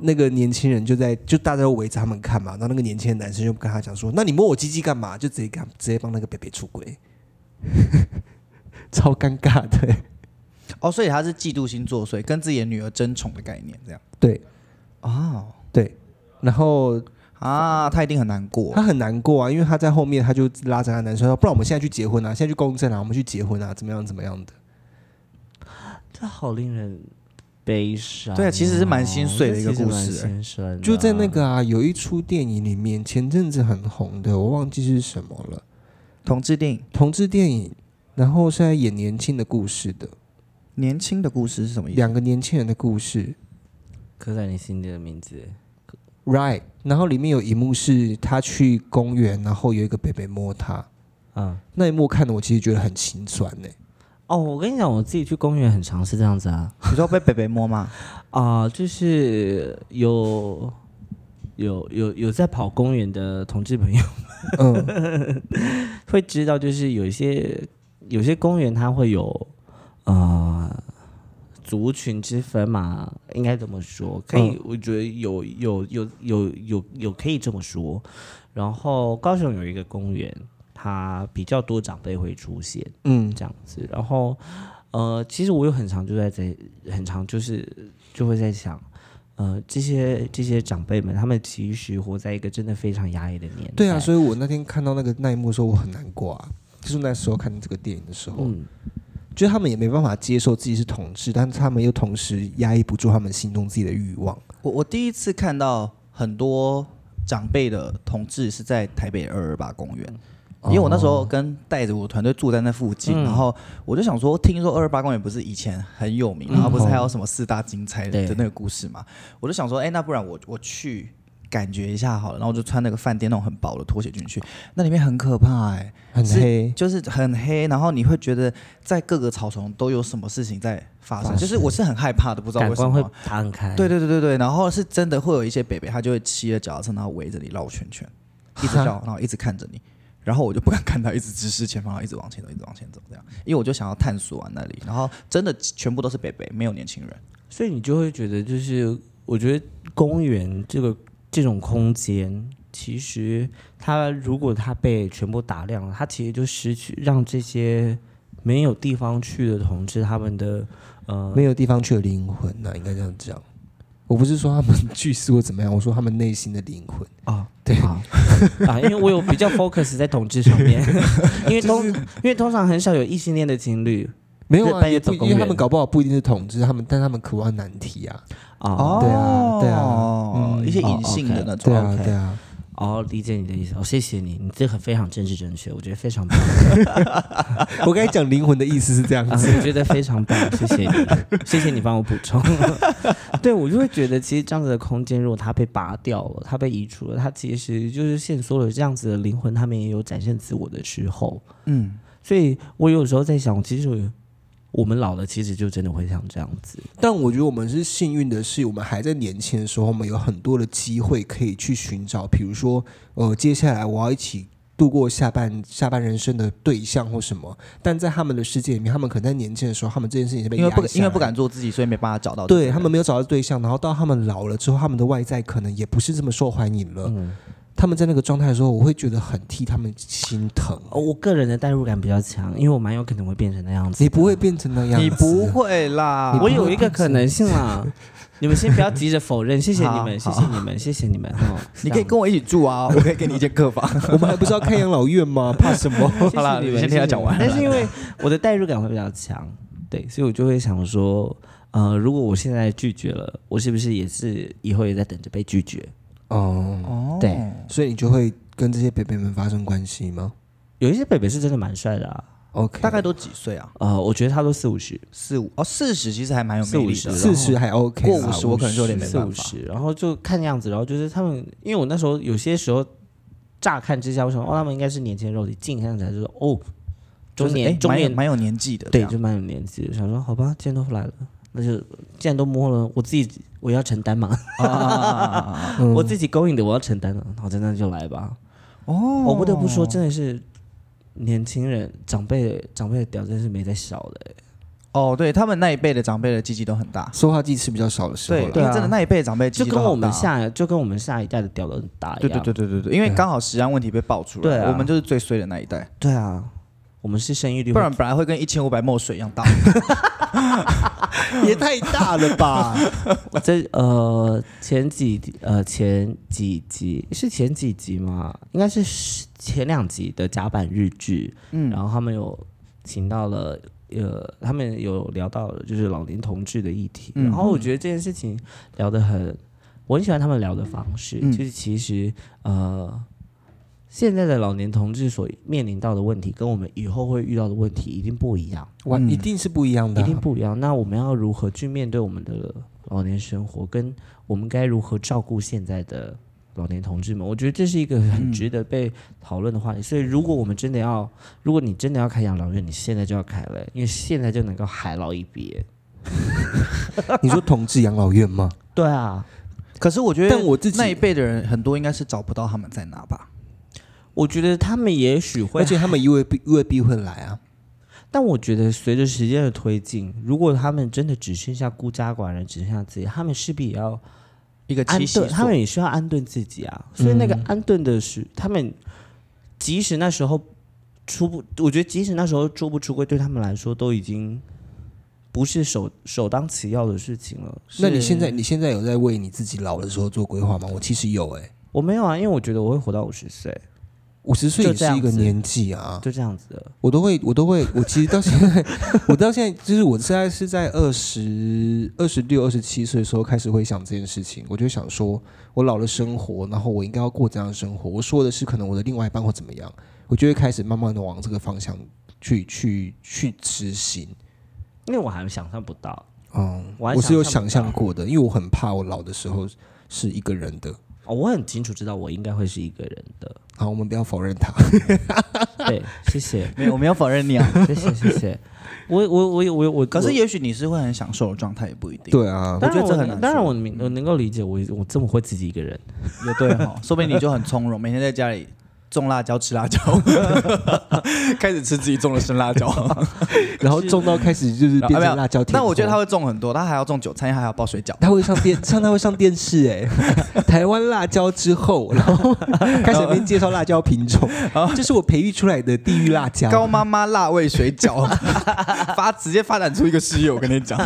D: 那个年轻人就在就大家都围着他们看嘛，然后那个年轻的男生就跟他讲说：“那你摸我鸡鸡干嘛？”就直接干直接帮那个北北出轨， 超尴尬的、
B: 哦，所以他是嫉妒心作祟，跟自己的女儿争宠的概念这样。
D: 对
B: 哦
D: 对，然后
B: 啊，他一定很难过
D: 他。很难过啊，因为他在后面他就拉着他男生说，不然我们现在去结婚啊，现在去公证啊，我们去结婚啊，怎么样怎么样的。
A: 这好令人悲伤哦。
B: 对啊其实是蛮心碎的一个
A: 这其实
B: 故
A: 蛮
B: 事哎
A: 心酸的
D: 就在那个啊，有一出电影里面，前阵子很红的，我忘记是什么了，
B: 同志电影，
D: 同志电影，然后是在演年轻的故事的，
B: 年轻的故事是什么意思？
D: 两个年轻人的故事
A: 刻在你心底的名字。
D: ，right？然后里面有一幕是他去公园，然后有一个北北摸他，
A: 嗯，
D: 那一幕看的我其实觉得很心酸呢、
A: 哦，我跟你讲，我自己去公园很常是这样子啊。
B: 你说被北北摸吗？
A: 啊、就是有有有有在跑公园的同志朋友
D: 嗯，
A: 会知道，就是有一些有些公园它会有呃族群之分嘛，应该这么说，可
B: 嗯
A: 以，我觉得有有有有有有可以这么说。然后高雄有一个公园，它比较多长辈会出现，
D: 嗯
A: 这样子。然后，呃，其实我有很常就在在很常就是就会在想，呃，这些这些长辈们，他们其实活在一个真的非常压抑的年代。
D: 对啊，所以我那天看到那个那一幕的时候，我很难过啊。就是那时候看这个电影的时候，
A: 嗯，
D: 就是他们也没办法接受自己是同志，但是他们又同时压抑不住他们心中自己的欲望。
A: 嗯
B: 我我第一次看到很多长辈的同志是在台北二二八公园，因为我那时候跟带着我团队住在那附近，
A: 哦嗯
B: 然后我就想说，听说二二八公园不是以前很有名，然后不是还有什么四大金钗的
A: 嗯对
B: 的那个故事嘛，我就想说，哎、那不然我我去。感觉一下好了，然后我就穿那个饭店那种很薄的拖鞋进去，那里面很可怕哎、
D: 很
B: 是
D: 黑，
B: 就是很黑，然后你会觉得在各个草丛都有什么事情在发生，
D: 发生
B: 就是我是很害怕的，不知道
A: 感
B: 为什
A: 官会
B: 么。
A: 打很开。
B: 对对对对对，然后是真的会有一些北北，他就会骑着脚踏车，然后围着你绕圈 圈，一直绕，然后一直看着你，然后我就不敢看他，一直直视前方，然后一直往前走，一直往前走这样，因为我就想要探索完那里，然后真的全部都是北北，没有年轻人。
A: 所以你就会觉得，就是我觉得公园这个这种空间，其实它如果它被全部打亮了，它其实就失去让这些没有地方去的同志他们的呃
D: 没有地方去的灵魂呐、应该这样讲。我不是说他们去世或怎么样，我说他们内心的灵魂。
A: 啊，
D: 哦对
A: 啊， 啊，因为我有比较 focus 在同志上 面，因为通因为通常很少有异性恋的情侣
D: 没有啊，
A: 半夜
D: 也不
A: 走公
D: 因
A: 园
D: 为他们搞不好不一定是统治，他们但他们渴望难题啊。
A: 啊，
D: 对啊对啊
B: 哦
D: 嗯
B: 一些
A: 哦
B: 隐性的那种
D: 对。啊，
A: OK
D: 对啊，
A: 哦，理解你的意思，哦，谢谢你，你这个非常政治正确，我觉得非常棒，哦
D: 我刚才讲灵魂的意思是这样
A: 啊
D: 子。
A: 我觉得非常棒，谢谢你，谢谢你帮我补充， 对我就会觉得其实这样子的空间，如果它被拔掉了，它被移除了，它其实就是限缩了这样子的灵魂，他们也有展现自我的时候，
B: 嗯，
A: 所以我有时候在想，其实我我们老了，其实就真的会像这样子。
D: 但我觉得我们是幸运的是，我们还在年轻的时候，我们有很多的机会可以去寻找，比如说，呃，接下来我要一起度过下半下半人生的对象或什么。但在他们的世界里面，他们可能在年轻的时候，他们这件事情是被
B: 因为不
D: 压下来
B: 因为不敢做自己，所以没办法找到这个人。
D: 对他们没有找到对象，然后到他们老了之后，他们的外在可能也不是这么受欢迎了。他们在那个状态的时候，我会觉得很替他们心疼。
A: 哦我个人的代入感比较强，因为我蛮有可能会变成那样子。啊
D: 你不会变成那样子，
B: 你不会啦，
A: 我有一个可能性 啦，你们先不要急着否认，谢谢你们，谢
B: 好
A: 谢你们，谢谢你们。哦
B: 你可以跟我一起住啊，我可以给你一间客房。
D: 我们还不是要开养老院吗？怕什么？
A: 这样谢谢
B: 好啦
A: 你
B: 你
A: 们
B: 先听他
A: 谢谢
B: 讲
A: 你
B: 完
A: 们但是因为我的代入感会比较强，对，所以我就会想说，呃，如果我现在拒绝了，我是不是也是以后也在等着被拒绝？
D: 哦，
B: 哦
A: 对，
D: 所以你就会跟这些北北们发生关系吗
A: 有一些北北是真的蛮帅的啊，
D: ？OK，
B: 大概都几岁啊？
A: 呃，我觉得他都四五十，
B: 四五哦，四十其实还蛮有魅力
A: 四
B: 的
A: 五。
D: 四十还 OK，
B: 过
D: 啦
B: 五十我可能就有点没
A: 四
B: 办
A: 五
B: 法。
A: 十，然后就看样子，然后就是他们，因为我那时候有些时候乍看之下，我想哦，他们应该是年轻肉体，近看起来就是哦，中年、
B: 就是
A: 中
B: 哎蛮有
A: 年
B: 蛮有年纪的。
A: 对，
B: 这样
A: 就蛮有年纪的。想说好吧，既然都来了，那就既然都摸了，我自己我要承担嘛，
B: 啊啊啊啊啊啊啊
A: 我自己勾引的我要承担了，好，真的就来吧。
B: 哦，
A: 我不得不说，真的是年轻人长辈长辈的屌真是没在少的、欸
B: 哦，对他们那一辈的长辈的鸡鸡都很大。
D: 说话技吃比较少的时候
B: 对，
D: 啦，
A: 对
B: 因
A: 啊
B: 为真的那一辈的长辈鸡
A: 就
B: 鸡
A: 跟
B: 都
A: 我
B: 很大
A: 们。下就跟我们下一代的屌都很大一
B: 对
A: 样。
B: 对对对对对，因为刚好食安问题被爆出来，
A: 对啊
B: 我们就是最衰的那一代，
A: 对啊，我们是生育率
B: 不
A: 会
B: 然本来会跟一千五百墨水一样大。
D: 也太大了吧？
A: 我 这呃前几呃前几集是前几集吗？应该是十前两集的甲板日剧，嗯，然后他们有请到了呃，他们有聊到了就是老年同志的议题，
B: 嗯
A: 然后我觉得这件事情聊得很，我很喜欢他们聊的方式，
B: 嗯
A: 就是其实呃。现在的老年同志所面临到的问题，跟我们以后会遇到的问题一定不一样。
D: 哇，
B: 嗯
D: 一定是不一样 的
A: 一
D: 啊，
A: 定不一样。那我们要如何去面对我们的老年生活，跟我们该如何照顾现在的老年同志们？我觉得这是一个很值得被讨论的话题。所以，如果我们真的要，如果你真的要开养老院，你现在就要开了，因为现在就能够海捞一笔。
D: 你说同志养老院吗？
A: 对啊，
B: 可是我觉得，
D: 但我自己
B: 那一辈的人很多应该是找不到他们在哪吧？
A: 我觉得他们也许会
B: 啊
D: 而，且他们 U A B U A B 会来啊，
A: 但我觉得随着时间的推进，如果他们真的只剩下孤家寡人，只剩下自己，他们势必也要
B: 一个
A: 安
B: 栖息所
A: 顿，他们也需要安顿自己啊。所以那个
B: 嗯
A: 安顿的是、他们，即使那时候出不，我觉得即使那时候出不出柜，对他们来说都已经不是首首当其要的事情了。
D: 那
B: 是
D: 你现在你现在有在为你自己老的时候做规划吗？我其实有哎、
A: 我没有啊，因为我觉得我会活到五十岁，
D: 五十岁
A: 就
D: 也
A: 这
D: 是
A: 样
D: 一个
A: 子
D: 年纪啊，
A: 就这样子了。
D: 我都会，我都会，我其实到现在，我到现在就是我现在是在二十二十六、二十七岁的时候开始会想这件事情，我就想说，我老了生活，然后我应该要过怎样的生活？我说的是可能我的另外一半会怎么样，我就会开始慢慢的往这个方向去 去去执行。
A: 因为我还想象不到，
D: 嗯，
A: 我还
D: 我是有
A: 想
D: 想
A: 象
D: 象过的，因为我很怕我老的时候是一个人的。
A: 哦，我很清楚知道我应该会是一个人的。
D: 好，我们不要否认它。
A: 对，谢谢，
B: 没有，我没有否认你啊。
A: 谢谢，谢谢。我我我我我，
B: 可
A: 我
B: 是也许你是会很享受的状态，也不一定。
D: 对啊，
A: 当
B: 我
A: 然
B: 觉得这
A: 我
B: 很
A: 能
B: 难
A: 当然
B: 说
A: 我明我能够理解我我这么会自己一个人。
B: 也对哈、说不定你就很从容，每天在家里种辣椒、吃辣椒，开始吃自己种的生辣 椒。
D: 然后种到开始就是
B: 然后
D: 变
B: 啊没有
D: 成辣椒田后。
B: 但我 觉得他会种很多，他还要种韭菜，还要包水饺。
D: 他会上电， 上他会上电视哎、 台湾辣椒之后，然后开始在那边介绍辣椒品种，这是我培育出来的地狱辣
B: 高
D: 椒。
B: 妈妈辣味水 饺，发直接发展出一个事业，我跟你讲，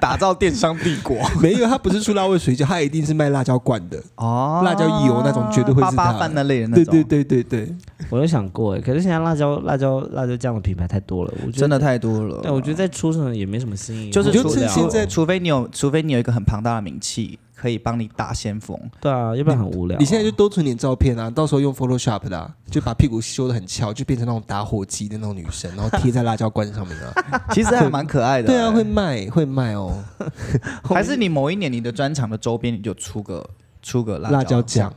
B: 打造电商帝国。
D: 没有，他不是出辣味水饺，他一定是卖辣椒罐的，
B: 哦
D: 辣椒油那种绝对会
B: 八
D: 是他
B: 八饭那类的那
D: 对
B: 种。
D: 对对对对，
A: 我有想过哎，可是现在辣椒辣椒辣椒酱的品牌太多了，我觉得哎
B: 真的。太多了。
A: 对，我觉得在出上也没什么新意，
B: 就是
D: 就
A: 受不
D: 是
A: 了
D: 现在
B: 除非你有，除非你有一个很庞大的名气，可以帮你打先锋。
A: 对啊，要不然很无聊啊。
D: 你现在就多存点照片啊，到时候用 Photoshop 的啊、就把屁股修的很翘，就变成那种打火机的那种女生，然后贴在辣椒罐上面啊。
B: 其实还蛮可爱的、
D: 对啊，
B: 哎
D: 会卖会卖哦，
B: 还是你某一年你的专场的周边你就出个出个辣
D: 辣椒酱，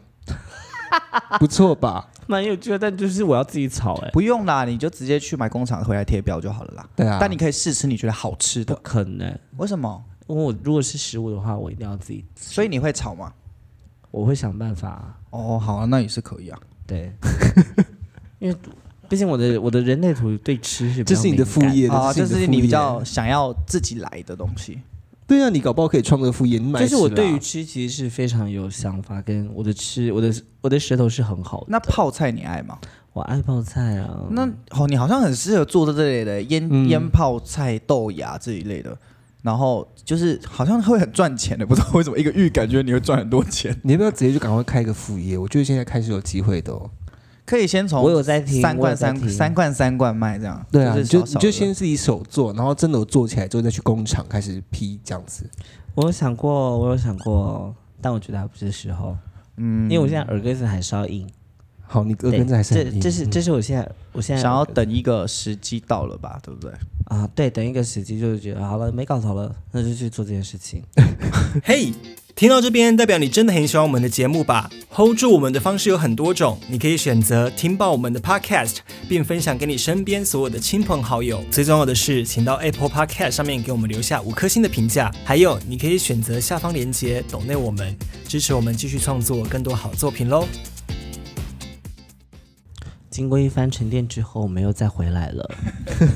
D: 不错吧？
A: 蛮有趣的，但就是我要自己炒哎，
B: 不用啦，你就直接去买工厂回来贴标就好了啦。
D: 对啊，
B: 但你可以试吃你觉得好吃
A: 不
B: 的，
A: 可能。欸
B: 为什么？
A: 因为我如果是食物的话，我一定要自己，
B: 所以你会炒吗？
A: 我会想办法。
B: 哦，好啊，那也是可以啊。
A: 对， 因为毕竟我的我的人类图对吃是比较
D: 这是你的副
A: 敏感
D: 业的
B: 啊，
D: 这
B: 这是
D: 是你的副
B: 你比
D: 业
B: 较想要自己来的东西。
D: 对啊，你搞不好可以创这个副业，你买
A: 就是我
D: 起来
A: 对于
D: 啊
A: 吃其实是非常有想法，跟我的吃，我的我的舌头是很好的。
B: 那泡菜你爱吗？
A: 我爱泡菜啊，
B: 那哦，你好像很适合做这类的腌、
D: 嗯
B: 腌泡菜、豆芽这一类的，然后就是好像会很赚钱的，不知道为什么一个预感觉你会赚很多钱。
D: 你要不要直接就赶快开一个副业？我觉得现在开始有机会的哦。
B: 可以先从
A: 我有在听，
B: 三
A: 我有
B: 罐
A: 在
B: 三
A: 听
B: 三罐三罐卖这样，
D: 对啊，
B: 就是
D: 你就
B: 少
D: 你
B: 少
D: 就
B: 的
D: 先自己手做，然后真的有做起来之后再去工厂开始批这样子。
A: 我有想过，我有想过，但我觉得还不是时候。嗯，因为我现在耳根子还稍硬，
D: 好，你耳根子还是
A: 对
D: 很
A: 这
D: 硬
A: 这是这是我现在我现在
B: 想要等一个时机到了吧，对不对？
A: 啊，对，等一个时机就是觉得好了，没搞头了，那就去做这件事情。
C: 嘿听到这边，代表你真的很喜欢我们的节目吧？hold 住我们的方式有很多种，你可以选择听爆我们的 podcast，并分享给你身边所有的亲朋好友。最重要的是，请到 Apple Podcast 上面给我们留下五颗星的评价。还有，你可以选择下方链接抖内我们，支持我们继续创作更多好作品喽。
A: 经过一番沉淀之后，我们又再回来了。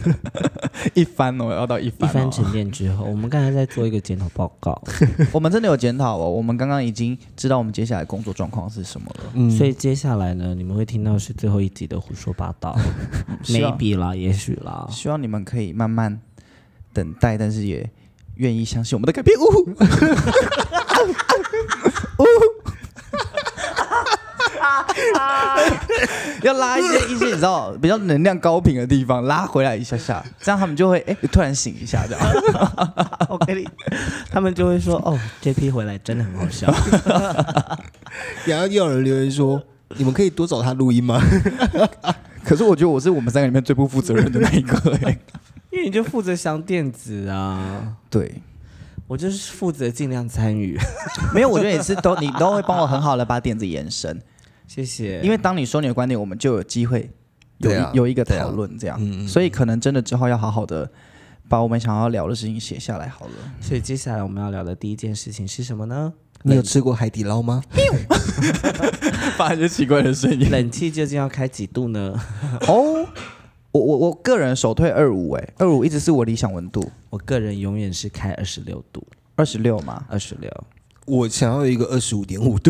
B: 一番哦，要到一
A: 一
B: 番、哦，
A: 番沉淀之后，我们刚才在做一个检讨报告，
B: 我们真的有检讨哦，我们刚刚已经知道我们接下来工作状况是什么了。
A: 所以接下来呢，你们会听到是最后一集的胡说八道
B: 是啊
A: ，maybe 啦，也许 啦。
B: 希望你们可以慢慢等待，但是也愿意相信我们的改变。 呜、要拉一些一些你知道比较能量高频的地方拉回来一下下，这样他们就会哎、突然醒一下这样。
A: 我跟你， 他们就会说哦这批回来真的很好笑。
D: 然后又有人留言说：“你们可以多找他录音 吗
B: 可是我觉得我是我们三个里面最不负责任的那一个、哎，
A: 因为你就负责想电子啊，
B: 对，
A: 我就是负责尽量参与，
B: 没有，我觉得你是都你都会帮我很好的把点子延伸，
A: 谢谢。
B: 因为当你说你的观点，我们就有机会有一、
D: 对啊嗯
B: 有一个讨论这样，所以可能真的之后要好好的把我们想要聊的事情写下来好 了。
A: 所以接下来我们要聊的第一件事情是什么呢？？”
D: 你有吃过海底捞吗？
B: 发一些奇怪的声音
A: 冷气究竟要开几度呢？
B: 哦。我我我个人首推二五哎，二五一直是我理想温度，
A: 我个人永远是开二十六度，
B: 二十六嘛，
A: 二十六。
D: 我想要有一个二十五点五度，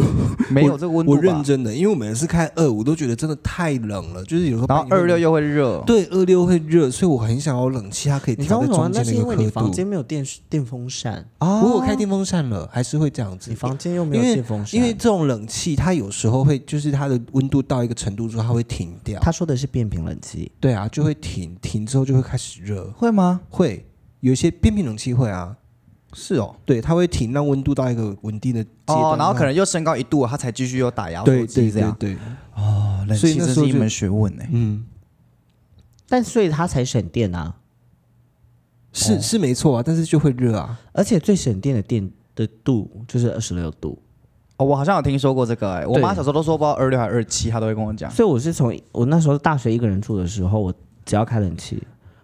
B: 没有这个温度
D: 我
B: 吧
D: 认，真的，因为我每次开二五都觉得真的太冷了，就是有时候
B: 然后
D: 半夜
B: 二六又会热，
D: 对二六会热，所以我很想要冷气，它可以
A: 你知道为
D: 调在
A: 什么吗
D: 中？
A: 那
D: 间
A: 是
D: 的一
A: 因
D: 个哦
A: 为你
D: 刻
A: 房
D: 度。
A: 间没有电电风扇，
B: 啊
D: 我有开电风扇了，还是会这样子
A: 你。房间又没
D: 因
A: 有
D: 为
A: 电风扇。
D: 因为这种冷气，它有时候会就是它的温度到一个程度之后，它会停掉。
A: 他说的是变频冷气，
D: 对啊，就会停，停之后就会开始热，
B: 会吗？
D: 会有一些变频冷气会啊，
B: 是哦，
D: 对，它会停，让温度到一个稳定的阶段。
B: 哦，然后可能又升高一度，它才继续又打压
D: 对
B: 火
D: 对
B: 机这
D: 对
B: 样。
D: 对，
B: 哦，冷
D: 所以
B: 气
D: 那
B: 真
D: 时候
B: 是一
D: 就
B: 门学问哎。
D: 嗯，
A: 但所以他才省电啊。
D: 是是没错啊，但是就会热啊。
A: 而且最省电的电的度就是二十六度，
B: 哦，我好像有听说过这个哎，我妈
A: 对
B: 小时候都说，不知道二六还是二七，她都会跟我讲。
A: 所以我是从我那时候大学一个人住的时候，我只要开冷气，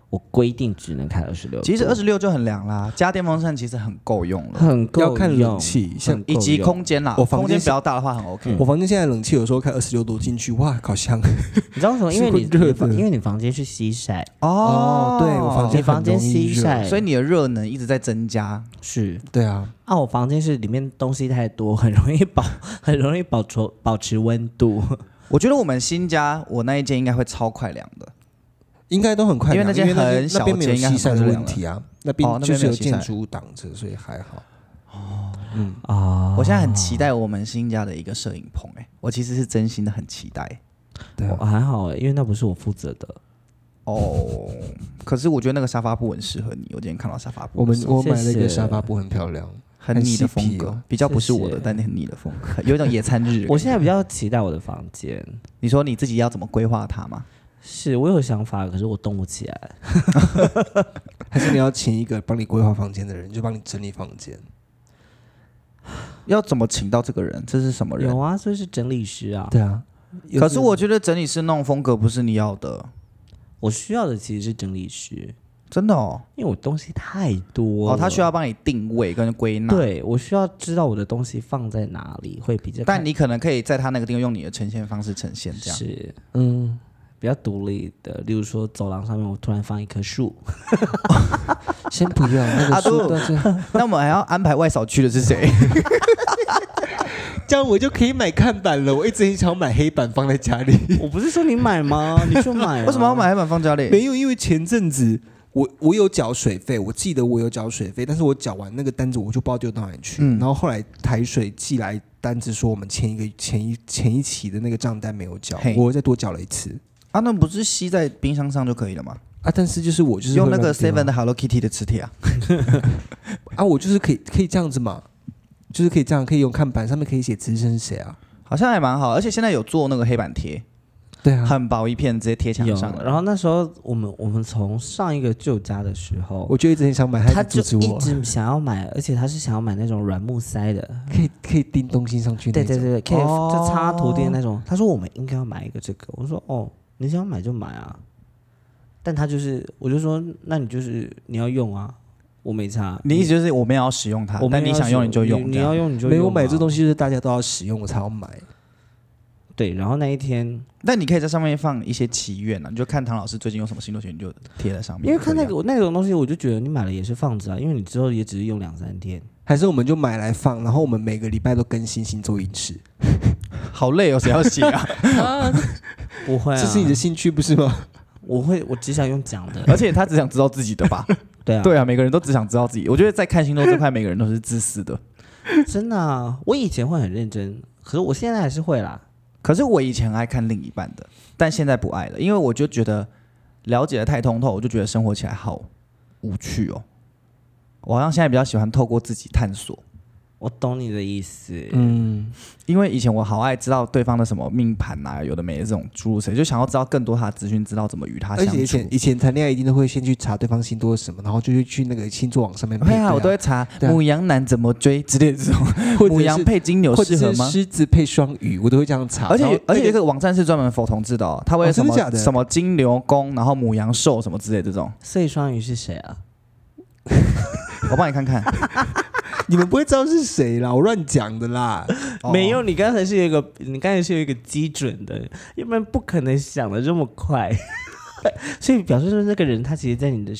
A: 我规定只能开二十六。
B: 其实二十六就很凉啦，加电风扇其实很够用了，
A: 很够
D: 要看冷
A: 用
D: 气，像
A: 很够
B: 以及
A: 用
B: 空间啦，
D: 我房
B: 空间比
D: 间
B: 较大的话很
A: 嗯
B: OK。
D: 我房间现在冷气有时候开二十六度进去，哇，烤箱。
A: 你知道为什么？因为
D: 是会
A: 你
D: 热
A: 你房
D: 的
A: 因为你房间是西晒，
D: 哦 对我房
A: 你
D: 间
A: 房间
D: 很容易
A: 西晒，
B: 所以你的热能一直在增加，
A: 是
D: 对啊，
A: 啊，我房间是里面东西太多， 很容易保很容易保持保持温度。
B: 我觉得我们新家我那一间应该会超快凉的。
D: 应该都很快
B: 因为
D: 凉，
B: 那间
D: 那
B: 很小
D: 那边没有
B: 间应该很
D: 西晒
B: 快
D: 的
B: 就凉
D: 问
B: 了
D: 题啊，那
B: 哦
D: 边
B: 那
D: 就
B: 边
D: 是
B: 没有
D: 有
B: 西晒
D: 建筑物挡着，所以还好。
A: 啊
B: 我现在很期待我们新家的一个摄影棚，哎，我其实是真心的很期待。
D: 对啊
A: 我还好欸因为那不是我负责的。
B: 哦，可是我觉得那个沙发布很适合你，我今天看到沙发布，
D: 我们我
A: 谢
D: 买了一个
A: 谢
D: 沙发布，很漂亮。
B: 很你的
D: 很细
B: 风
D: 皮
B: 格
D: 哦，
B: 比较不是我
A: 谢
B: 的
A: 谢，
B: 但很你的风格，有一种野餐 日的感觉。
A: 我现在比较期待我的房间，
B: 你说你自己要怎么规划它吗？
A: 是我有想法，可是我动不起来。
D: 还是你要请一个帮你规划房间的人，就帮你整理房间。
B: 要怎么请到这个人？这是什么人
A: 有？啊，所以是整理师啊。
D: 对啊，有
B: 可是我觉得整理师那种风格不是你要的，
A: 我需要的其实是整理师，
B: 真的哦。
A: 因为我东西太多了。
B: 哦，他需要帮你定位跟归纳。，
A: 对我需要知道我的东西放在哪里会比较看。
B: 但你可能可以在他那个地方用你的呈现方式呈现，这样
A: 是
D: 嗯，
A: 比较独立的，例如说走廊上面我突然放一棵树，
D: 先不要那
B: 阿
D: 个
B: 杜
D: 书到这，
B: 啊 那我们还要安排外扫区的 是谁？
D: 这样我就可以买看板了。我一直很想买黑板放在家里，
A: 我不是说你买 吗？你就买、啊，
B: 为什么要买？黑板放家里？
D: 没有，因为前阵子我我有缴水费，我记得我有缴水费，但是我缴完那个单子我就不知道丢到哪里去。
B: 嗯
D: 然后后来台水寄来单子说我们前一个前一前一期的那个账单没有缴
B: 嘿，
D: 我又再多缴了一次
B: 啊，那不是吸在冰箱上就可以了吗？
D: 啊。但是就是我就是
B: 用
D: 会
B: 那个
D: 乱丢啊
B: Seven 的 Hello Kitty 的磁铁啊。
D: 啊，我就是可以可以这样子嘛，就是可以这样，可以用看板上面可以写资深是谁啊？
B: 好像还蛮好，而且现在有做那个黑板贴，
D: 对啊，
B: 很薄一片，直接贴墙
A: 嗯有
B: 上。，
A: 然后那时候我们我们从上一个旧家的时候，
D: 我就一直很想买，
A: 他
D: 他
A: 就
D: 就阻止
A: 一
D: 我，
A: 直想要买，而且他是想要买那种软木塞的，
D: 可以可以钉东西上去那
A: 对
D: 种。
A: 对对对，可以
B: 哦
A: 就插图钉那种。他说我们应该要买一个这个，我说哦，你想买就买啊。但他就是，我就说那你就是你要用啊，我没差。
B: 你意思就是我们也要使用它
A: 我，
B: 但
A: 们
B: 你想用你就用，
A: 你
B: 这样
A: 要用你就用啊。
D: 没有我买这东西就是大家都要使用，我才要买。
A: 对，然后那一天，
B: 但你可以在上面放一些祈愿啊，你就看唐老师最近有什么星座学，你就贴在上
A: 因
B: 面。
A: 为看那
B: 可以
A: 个那种东西，我就觉得你买了也是放着啊，因为你之后也只是用两三天。
D: 还是我们就买来放，然后我们每个礼拜都更新星座运势，
B: 啊好累哦，谁要写啊？
A: 不会啊，
D: 这是你的兴趣不是吗？
A: 我会，我只想用讲的。
B: 而且他只想知道自己的吧？
A: 对啊，
B: 对啊，每个人都只想知道自己。我觉得在看星座这块，每个人都是自私的。
A: 真的啊，我以前会很认真，可是我现在还是会啦。
B: 可是我以前爱看另一半的，但现在不爱了，因为我就觉得了解的太通透，我就觉得生活起来好无趣哦。我好像现在比较喜欢透过自己探索，
A: 我懂你的意思，
D: 嗯，
B: 因为以前我好爱知道对方的什么命盘啊，有的没的这种诸如此类，就想要知道更多他的资讯，知道怎么与他
D: 而
B: 相
D: 且以
B: 处
D: 前。以前谈恋爱一定都会先去查对方星座是什么，然后就去去那个星座网上面配
B: 会
D: 对、
B: 啊，我都会 查
D: 对啊
B: 母羊男怎么追之类的这种，
D: 或
B: 母
D: 者
B: 羊
D: 是
B: 配金牛
D: 或
B: 适
D: 者
B: 合
D: 是
B: 吗？
D: 狮子配双鱼，我都会这样查。
B: 而且
D: 然后
B: 而且
D: 那
B: 这
D: 个
B: 个网站是专门否同志的哦，它会有
D: 哦
B: 什
D: 真的
B: 么、
D: 假的
B: 什么金牛宫，然后母羊兽什么之类的这种，
A: 所以双鱼是谁啊？
B: 我帮你 看看。
D: 你们不会知道是谁啦，我乱讲的啦。
B: 哦
A: 没有，你刚才是有一个，你刚才是有一个基准的，要不然不可能想的这么快。 所以表示说，那个人他其实，在你的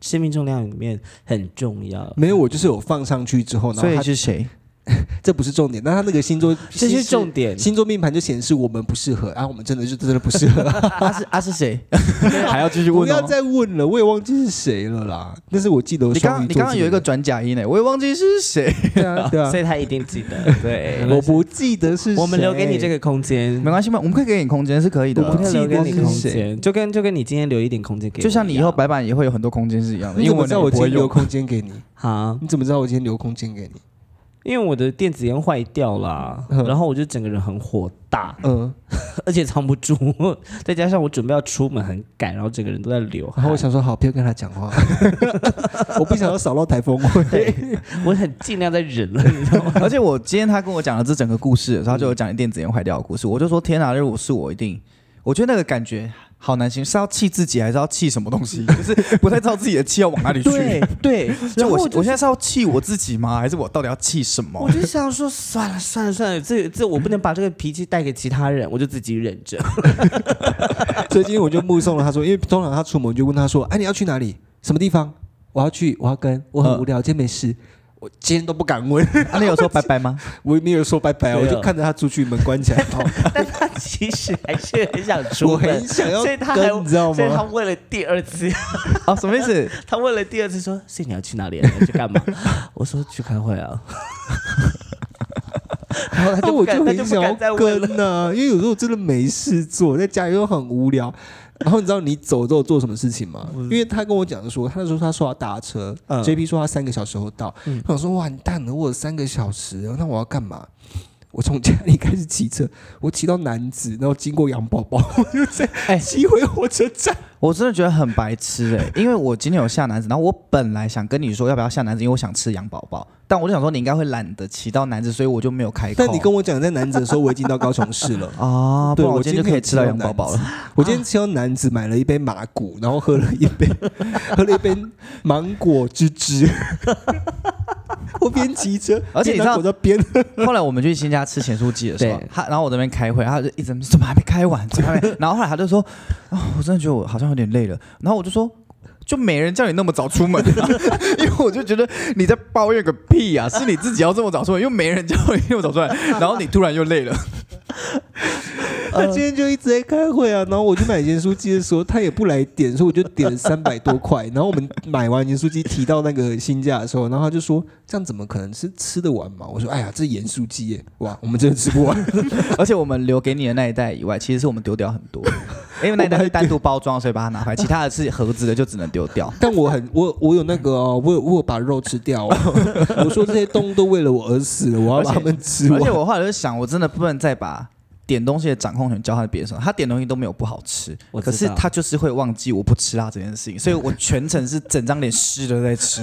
A: 生命重量里面很重要。
D: 没有，我就是有放上去之后，然
B: 哦所
D: 后
B: 以
D: 他
B: 是谁？
D: 这不是重点，但他那个星座
A: 这是重点，
D: 星座命盘就显示我们不适合，啊，我们真的就真的 不适合，
B: 啊是啊是 谁？还要继续
D: 不
B: 问
D: 要
B: 哦。
D: 再问了，我也忘记是谁了啦。但是我记得我
B: 你
D: 双
B: 刚
D: 鱼
B: 你
D: 座
B: 刚刚
D: 这
B: 有一个
D: 人
B: 转假音欸呢，我也忘记是谁。
D: 对啊对啊
A: 所，以他一定记 得。对
D: 我不记得是谁，
A: 我们留给你这个空间
B: 没，关系嘛，我们可以给你空间，是可以的。
A: 我们留给你
D: 我
A: 空
D: 不记得是谁
A: 间，就跟就跟你今天留一点空间给我一样，
B: 就像你以后白板也会有很多空间是一样的，
D: 你
B: 因
D: 怎
B: 为
D: 么知道
B: 我
D: 我今
B: 不会
D: 天留
B: 用。
D: 空间给你？
A: 好，
D: 你怎么知道我今天留空间给你？
A: 因为我的电子烟坏掉啦，
D: 嗯
A: 然后我就整个人很火大，
D: 嗯，
A: 而且藏不住， 再加上我准备要出门很赶，然后整个人都在流汗
D: 然后 我想说，好，不要跟他讲 话， 我不想要扫到台风尾。
A: 对，我很尽量在忍了，你知道吗？
B: 而且我今天他跟我讲了这整个故事的时候，他就有讲电子烟坏掉的故事，我就说天哪，啊如果是我一定，我觉得那个感觉好难形容，是要气自己还是要气什么东西？ 就是不太知道自己的气要往哪里去。
A: 对 对，然
B: 就
A: 后
B: 我
A: 我就
B: 我现在是要气我自己吗？还是我到底要气什 么
A: 我？就想说，算了算了算了，这这我不能把这个脾气带给其他人，我就自己忍着。
D: 所以今天我就目送了他说，因为通常他出门我就问他说，哎、你要去哪里？什么地方？我要去，我要跟，我
A: 嗯
D: 很无聊，今天没事。我今天都不敢问，
B: 啊，你有说拜拜吗？
D: 我也没有说拜
A: 对
D: 拜，
A: 啊
D: 我就看着他出去，门关起来。哦
A: 但他其实还是很想
D: 我
A: 出门
D: 很，想要
A: 所以他还
D: 跟，你知道
A: 所以他
D: 吗？
A: 问了第二次，
B: 啊，什么意思？
A: 他问了第二次说：“所以你要去哪里、啊？你要去干嘛？” 我说：“去开会啊。
D: 然后
A: 他
D: 他就
A: 不
D: 我
A: 敢
D: 就
A: 他就
D: 很
A: 不
D: 想
A: 敢再
D: 要
A: 问了
D: 跟呢、因为有时候我真的没事做，在家里又很无聊。然后你知道你走之后做什么事情吗？因为他跟我讲说，他那时候他说要搭车、
A: 嗯
D: j p 说他三个小时后到。我想说完蛋了，我有三个小时了，那我要干嘛？我从家里开始骑车，我骑到南子，然后经过羊宝宝，我就在
B: 哎
D: 骑回火车
A: 哦
D: 站。
B: 我真的觉得很白痴哎、因为我今天有下男子，然后我本来想跟你说要不要下男子，因为我想吃羊宝宝，但我就想说你应该会懒得骑到男子，所以我就没有开口。
D: 但你跟我讲在南子的时候，我已经到高雄市了。
B: 啊，不
D: 对
B: 然我
D: 我
B: 今天
D: 今
B: 就
D: 天
B: 可以
D: 有
B: 吃到
D: 吃到
B: 羊宝宝了。
D: 我今天吃到南子买了一杯麻 古，然后喝了一杯，喝了一杯芒果汁汁。 我边骑车，
B: 而且你知道
D: 边拿口罩 边
B: 后来我们去新家吃咸酥鸡的时候
A: 对，
B: 他然后我这边开会，他就一直怎么还没开完， 怎么还没？然后后来他就说：“啊、我真的觉得我好像有点累了。”然后我就说。就没人叫你那么早出门、啊， 因为我就觉得你在抱怨个屁啊！是你自己要这么早出门，又没人叫你那么早 出来，然后你突然又累了。呃
D: 他 今天就一直在开会啊，然后我去买盐酥鸡的时候，他也不来点，所以我就点了三百多块。然后我们买完盐酥鸡提到那个新价的时候，然后他就说：“这样怎么可能是吃得完嘛？”我说：“哎呀，这盐酥鸡耶，哇，我们真的吃不完。
B: 而且我们留给你的那一袋以外，其实是我们丢掉很多，因为那一袋是单独包装，所以把它拿回 来，其他的是盒子的就只能丢掉”。
D: 但我很我我有那个哦，我有我有把肉吃掉、 哦。我说这些动物都为了我而死了，我要把它们吃
B: 而且
D: 完。
B: 我后来就想，我真的不能再把点东西的掌控权交到别人手上。他点东西都没有不好吃
A: 我，知
B: 可
A: 道
B: 是他就是会忘记我不吃辣这件事情，所以我全程是整张脸湿的在 吃，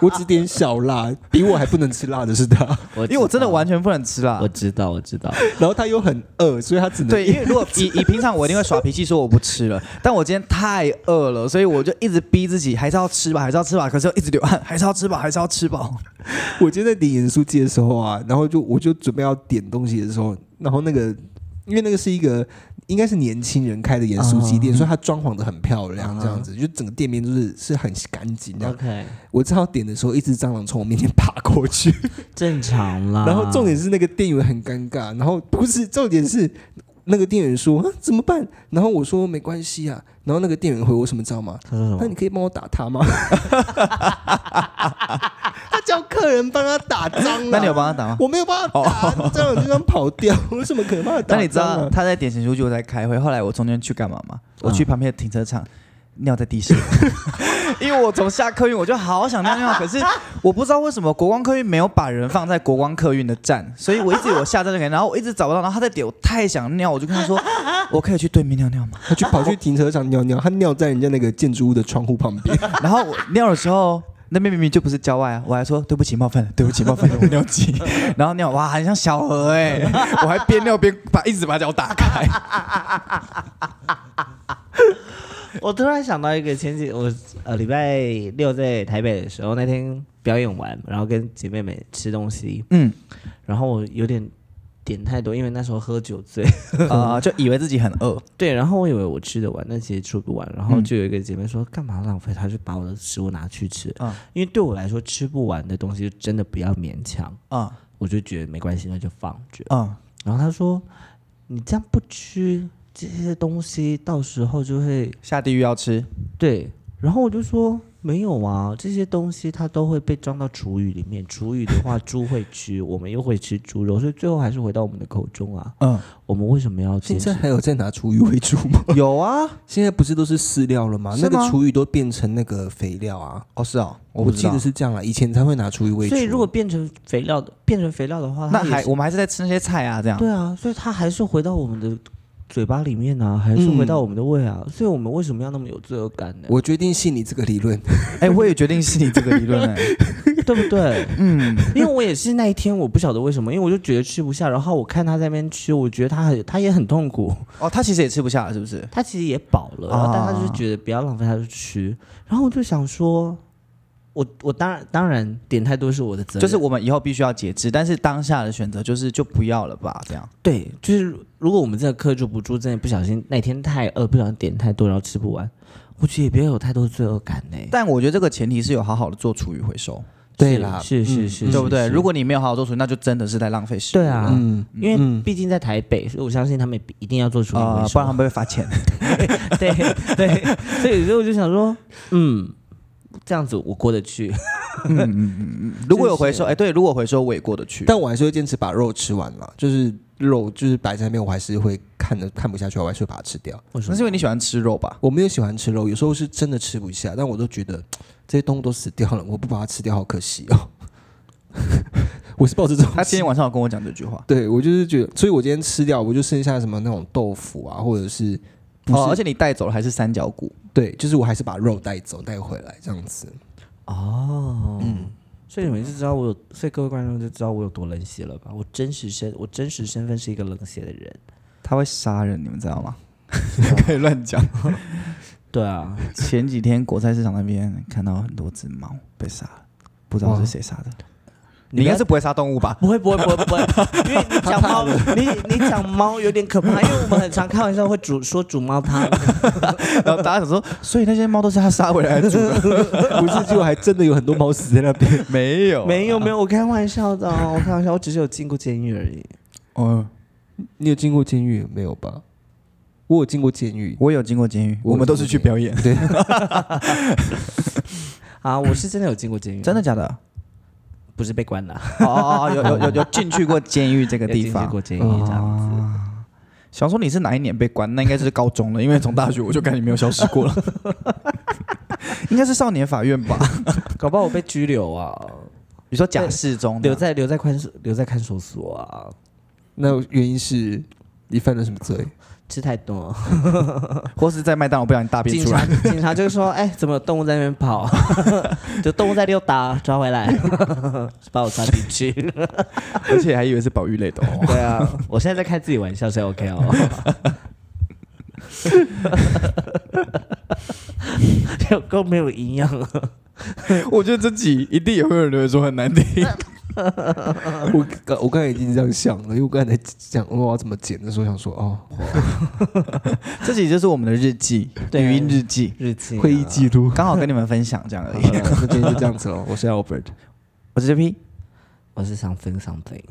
D: 我只点小辣，比我还不能吃辣的是他。
A: 我
B: 因为我真的完
A: 全，
B: 全不能吃辣
A: 我。知道，我 知道，
D: 然后他又很饿，所以他只能
B: 对，因为如 果以以平常我一定会耍脾气说我不吃了，但我今天太饿了，所以我就一直逼自己还是要吃吧，还是要吃吧，可是又一直流汗，还是要吃吧，还是要吃吧。
D: 我今天在点盐酥鸡的时候啊，然后就我就准备要点东西的时候，然后那个因为那个是一个应该是年轻人开的盐酥鸡店，所以它装潢的很漂亮，这样子、就整个店面就是是很干净这样。
A: OK，
D: 我正要点的时候，一只蟑螂从我面前爬过去，
A: 正常啦。
D: 然后重点是那个店员很尴尬，然后不是重点是那个店员说啊怎么办？然后我说没关系啊，然后那个店员回我什么你知道吗？
A: 他
B: 哦
A: 说什
D: 那
A: 么？
D: 你可以帮我打他吗？ 他叫客人帮他打蟑螂，
B: 那你有帮他打吗？
D: 我没有办法打，蟑螂就这样跑掉， 我怎么可能帮他打蟑螂？啊
B: 那你知道他在点行书记我在开会，后来我中间去干嘛吗？我去旁边的停车场尿在地 上，因为我从下客运我就好想尿尿，可是我不知道为什么国光客运没有把人放在国光客运的站，所以我一直以为我下站就可以，然后我一直找不到，然后他在点，我太想尿，我就跟他说，我可以去对面尿尿吗？
D: 他去跑去停车场尿尿，他尿在人家那个建筑物的窗户旁 边，
B: 然后我尿的时候。那边明明就不是郊外啊！我还说对不起，冒犯了，对不起，冒犯了，我尿 急。然后尿哇，很像小河哎、我还边尿边把一直把脚打开。
A: 我突然想到一个前几我呃礼拜六在台北的时候，那天表演完，然后跟姐妹们吃东西，
B: 嗯，
A: 然后我有点点太多，因为那时候喝酒醉，
B: 啊、就以为自己很饿，
A: 对，然后我以为我吃得完，但其实吃不完。然后
B: 嗯
A: 就有一个姐妹说：“干嘛浪费？”她就把我的食物拿去吃。
B: 啊
A: 因为对我来说，吃不完的东西就真的不要勉强，
B: 啊
A: 我就觉得没关系，那就放着。
B: 啊！
A: 然后她说：“你这样不吃这些东西，到时候就会
B: 下地狱要吃，
A: 对。”然后我就说：“没有啊，这些东西它都会被装到厨余里面。厨余的话，猪会吃，我们又会吃猪肉，所以最后还是回到我们的口中啊。
B: 嗯，
A: 我们为什么要坚
D: 现
A: 持
D: 在还有在拿厨余为主吗？
B: 有啊，
D: 现在不是都是饲料了吗？
B: 是
D: 那
B: 吗
D: 个厨余都变成那个肥料啊，
B: 哦是哦，
D: 我
B: 不知
D: 记
B: 道
D: 得是这样啊啦，以前才会拿厨余为主。
A: 所以如果变成肥料的，变成肥料的话，它
B: 那
A: 也
B: 还
A: 是
B: 我哦们还是在吃那些菜啊，这样
A: 对啊，所以它还是回到我们的嘴巴里面啊，还是回
B: 嗯
A: 到我们的胃啊，所以我们为什么要那么有罪恶感呢？
D: 我决定信你这个理论，
B: 哎、我也决定是你这个理论哎、
A: 对不对？
B: 嗯，
A: 因为我也是那一天，我不晓得为什么，因为我就觉得吃不下，然后我看他在那边吃，我觉得他很他也很痛苦，
B: 哦，他其实也吃不下了，是不是？
A: 他其实也饱了，然后但
B: 啊
A: 他就是觉得不要浪费，他就吃，然后我就想说。我我当然当然点太多是我的责任，啊
B: 就是我们以后必须要节制，但是当下的选择就是就不要了吧，这样。
A: 对，就是如果我们真的克制不住，真的不小心那天太饿，不小心点太多，然后吃不完，我觉得也不要有太多罪恶感呢、
B: 但我觉得这个前提是有好好的做厨余回收，
D: 对啦
A: 是是是是，
B: 对不对？
A: 是
B: 如果你没有好好做厨余，那就真的是在浪费食物。
A: 对啊，
D: 嗯，
A: 因为毕竟在台北，所以我相信他们一定要做出
B: 啊、
A: 回
B: 不
A: 收。
B: 然他们会被罚钱。
A: 对对，所以所以我就想说，嗯，这样子我过得去。
B: 如果有回收，哎、对，如果回收我也过得去。
D: 但我还是会坚持把肉吃完啦，就是肉就是摆在那边，我还是会看着看不下去，我还是会把它吃掉。
A: 为什
B: 那
A: 么
B: 是因为你喜欢吃肉吧？
D: 我没有喜欢吃肉，有时候是真的吃不下，但我都觉得这些动物都死掉了，我不把它吃掉，好可惜哦。 我是抱着这种
B: 他今
D: 心
B: 天晚上有跟我讲这句话。
D: 对我就是觉得，所以我今天吃掉，我就剩下什么那种豆腐啊，或者是不是？
B: 哦，而且你带走了还是三角骨，
D: 对，就是我还是把肉带走带回来这样子。
A: 哦，所以你们就知道我有，所以各位观众就知道我有多冷血了吧？我真实身，我真实身份是一个冷血的人。
B: 他会杀人，你们知道吗？ 可以乱讲。
A: 对啊，
B: 前几天国菜市场那边看到很多只猫被杀了，不知道是谁杀的。
A: 你
B: 你应该是不会杀动物 吧？
A: 不会不会不会不会， 因为你讲猫，你你讲猫有点可怕，因为我们很常开玩笑会煮说煮猫 汤，
B: 然后大家想说，所以那些猫都是他杀回来的，
D: 不是，结果还真的有很多猫死在那边。
B: 没有啊
A: 没有没有，我开玩笑的哦，我开玩笑，我只是有进过监狱而已。
B: 嗯，
D: 你有进过监狱没有吧？我有进过监狱，
B: 我有经过监狱，
D: 我有
B: 我们都是去表演，对，
A: 啊，我是真的有进过监狱，
B: 真的假的？
A: 不是被关了，
B: 哦哦哦，有有有有进去过监狱这个
A: 有
B: 地
A: 进
B: 方。
A: 过哦监狱这样子。
B: 想说你是哪一年被关？那应该是高中了，因为从大学我就看你没有消失过了。应该是少年法院吧？
A: 搞不好我被拘留啊，
B: 你说假释中的
A: 留在留在看守留在看守所啊，
D: 那原因是你犯了什么罪？
A: 吃太多。
B: 或是在麦当劳不小心大便
A: 警
B: 出
A: 察
B: 来？
A: 警察就说：“哎，怎么有动物在那边跑？ 就动物在溜达，抓回来， 把我抓进去。
B: 而且还以为是保育类的哦”。
A: 对啊，我现在在开自己玩笑，所以 OK 哦。有够没有啊营养，
B: 我觉得这集一定也会有人留言说很难听。
D: 我刚我刚才已经这样想了，因为我刚才在讲我要怎么剪的时候，想说哦，
B: 这集就是我们的日记，
A: 对
B: 语音日记，
A: 日记啊
D: 会议记录。
B: 刚好跟你们分享这样而
D: 好
B: 已。
D: 了 那今天就这样子了，我是 Albert。
B: 我是 JP，
A: 我是想分 something。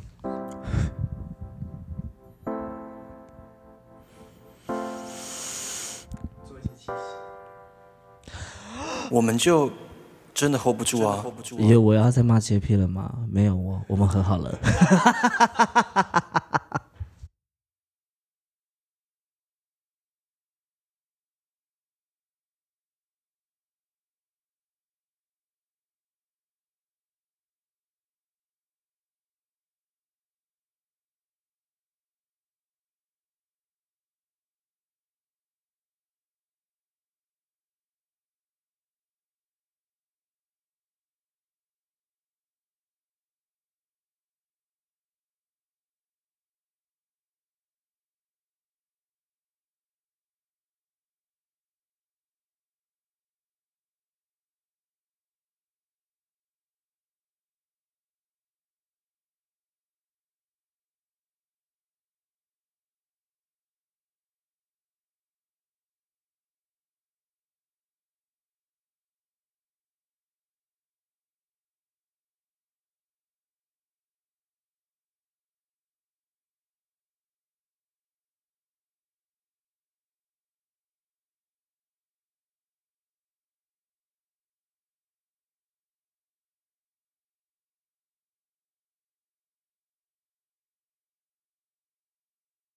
E: 我们就真的 hold 不住啊。
A: 哦以为我要再骂 JP 了吗？没有我，我们和好了。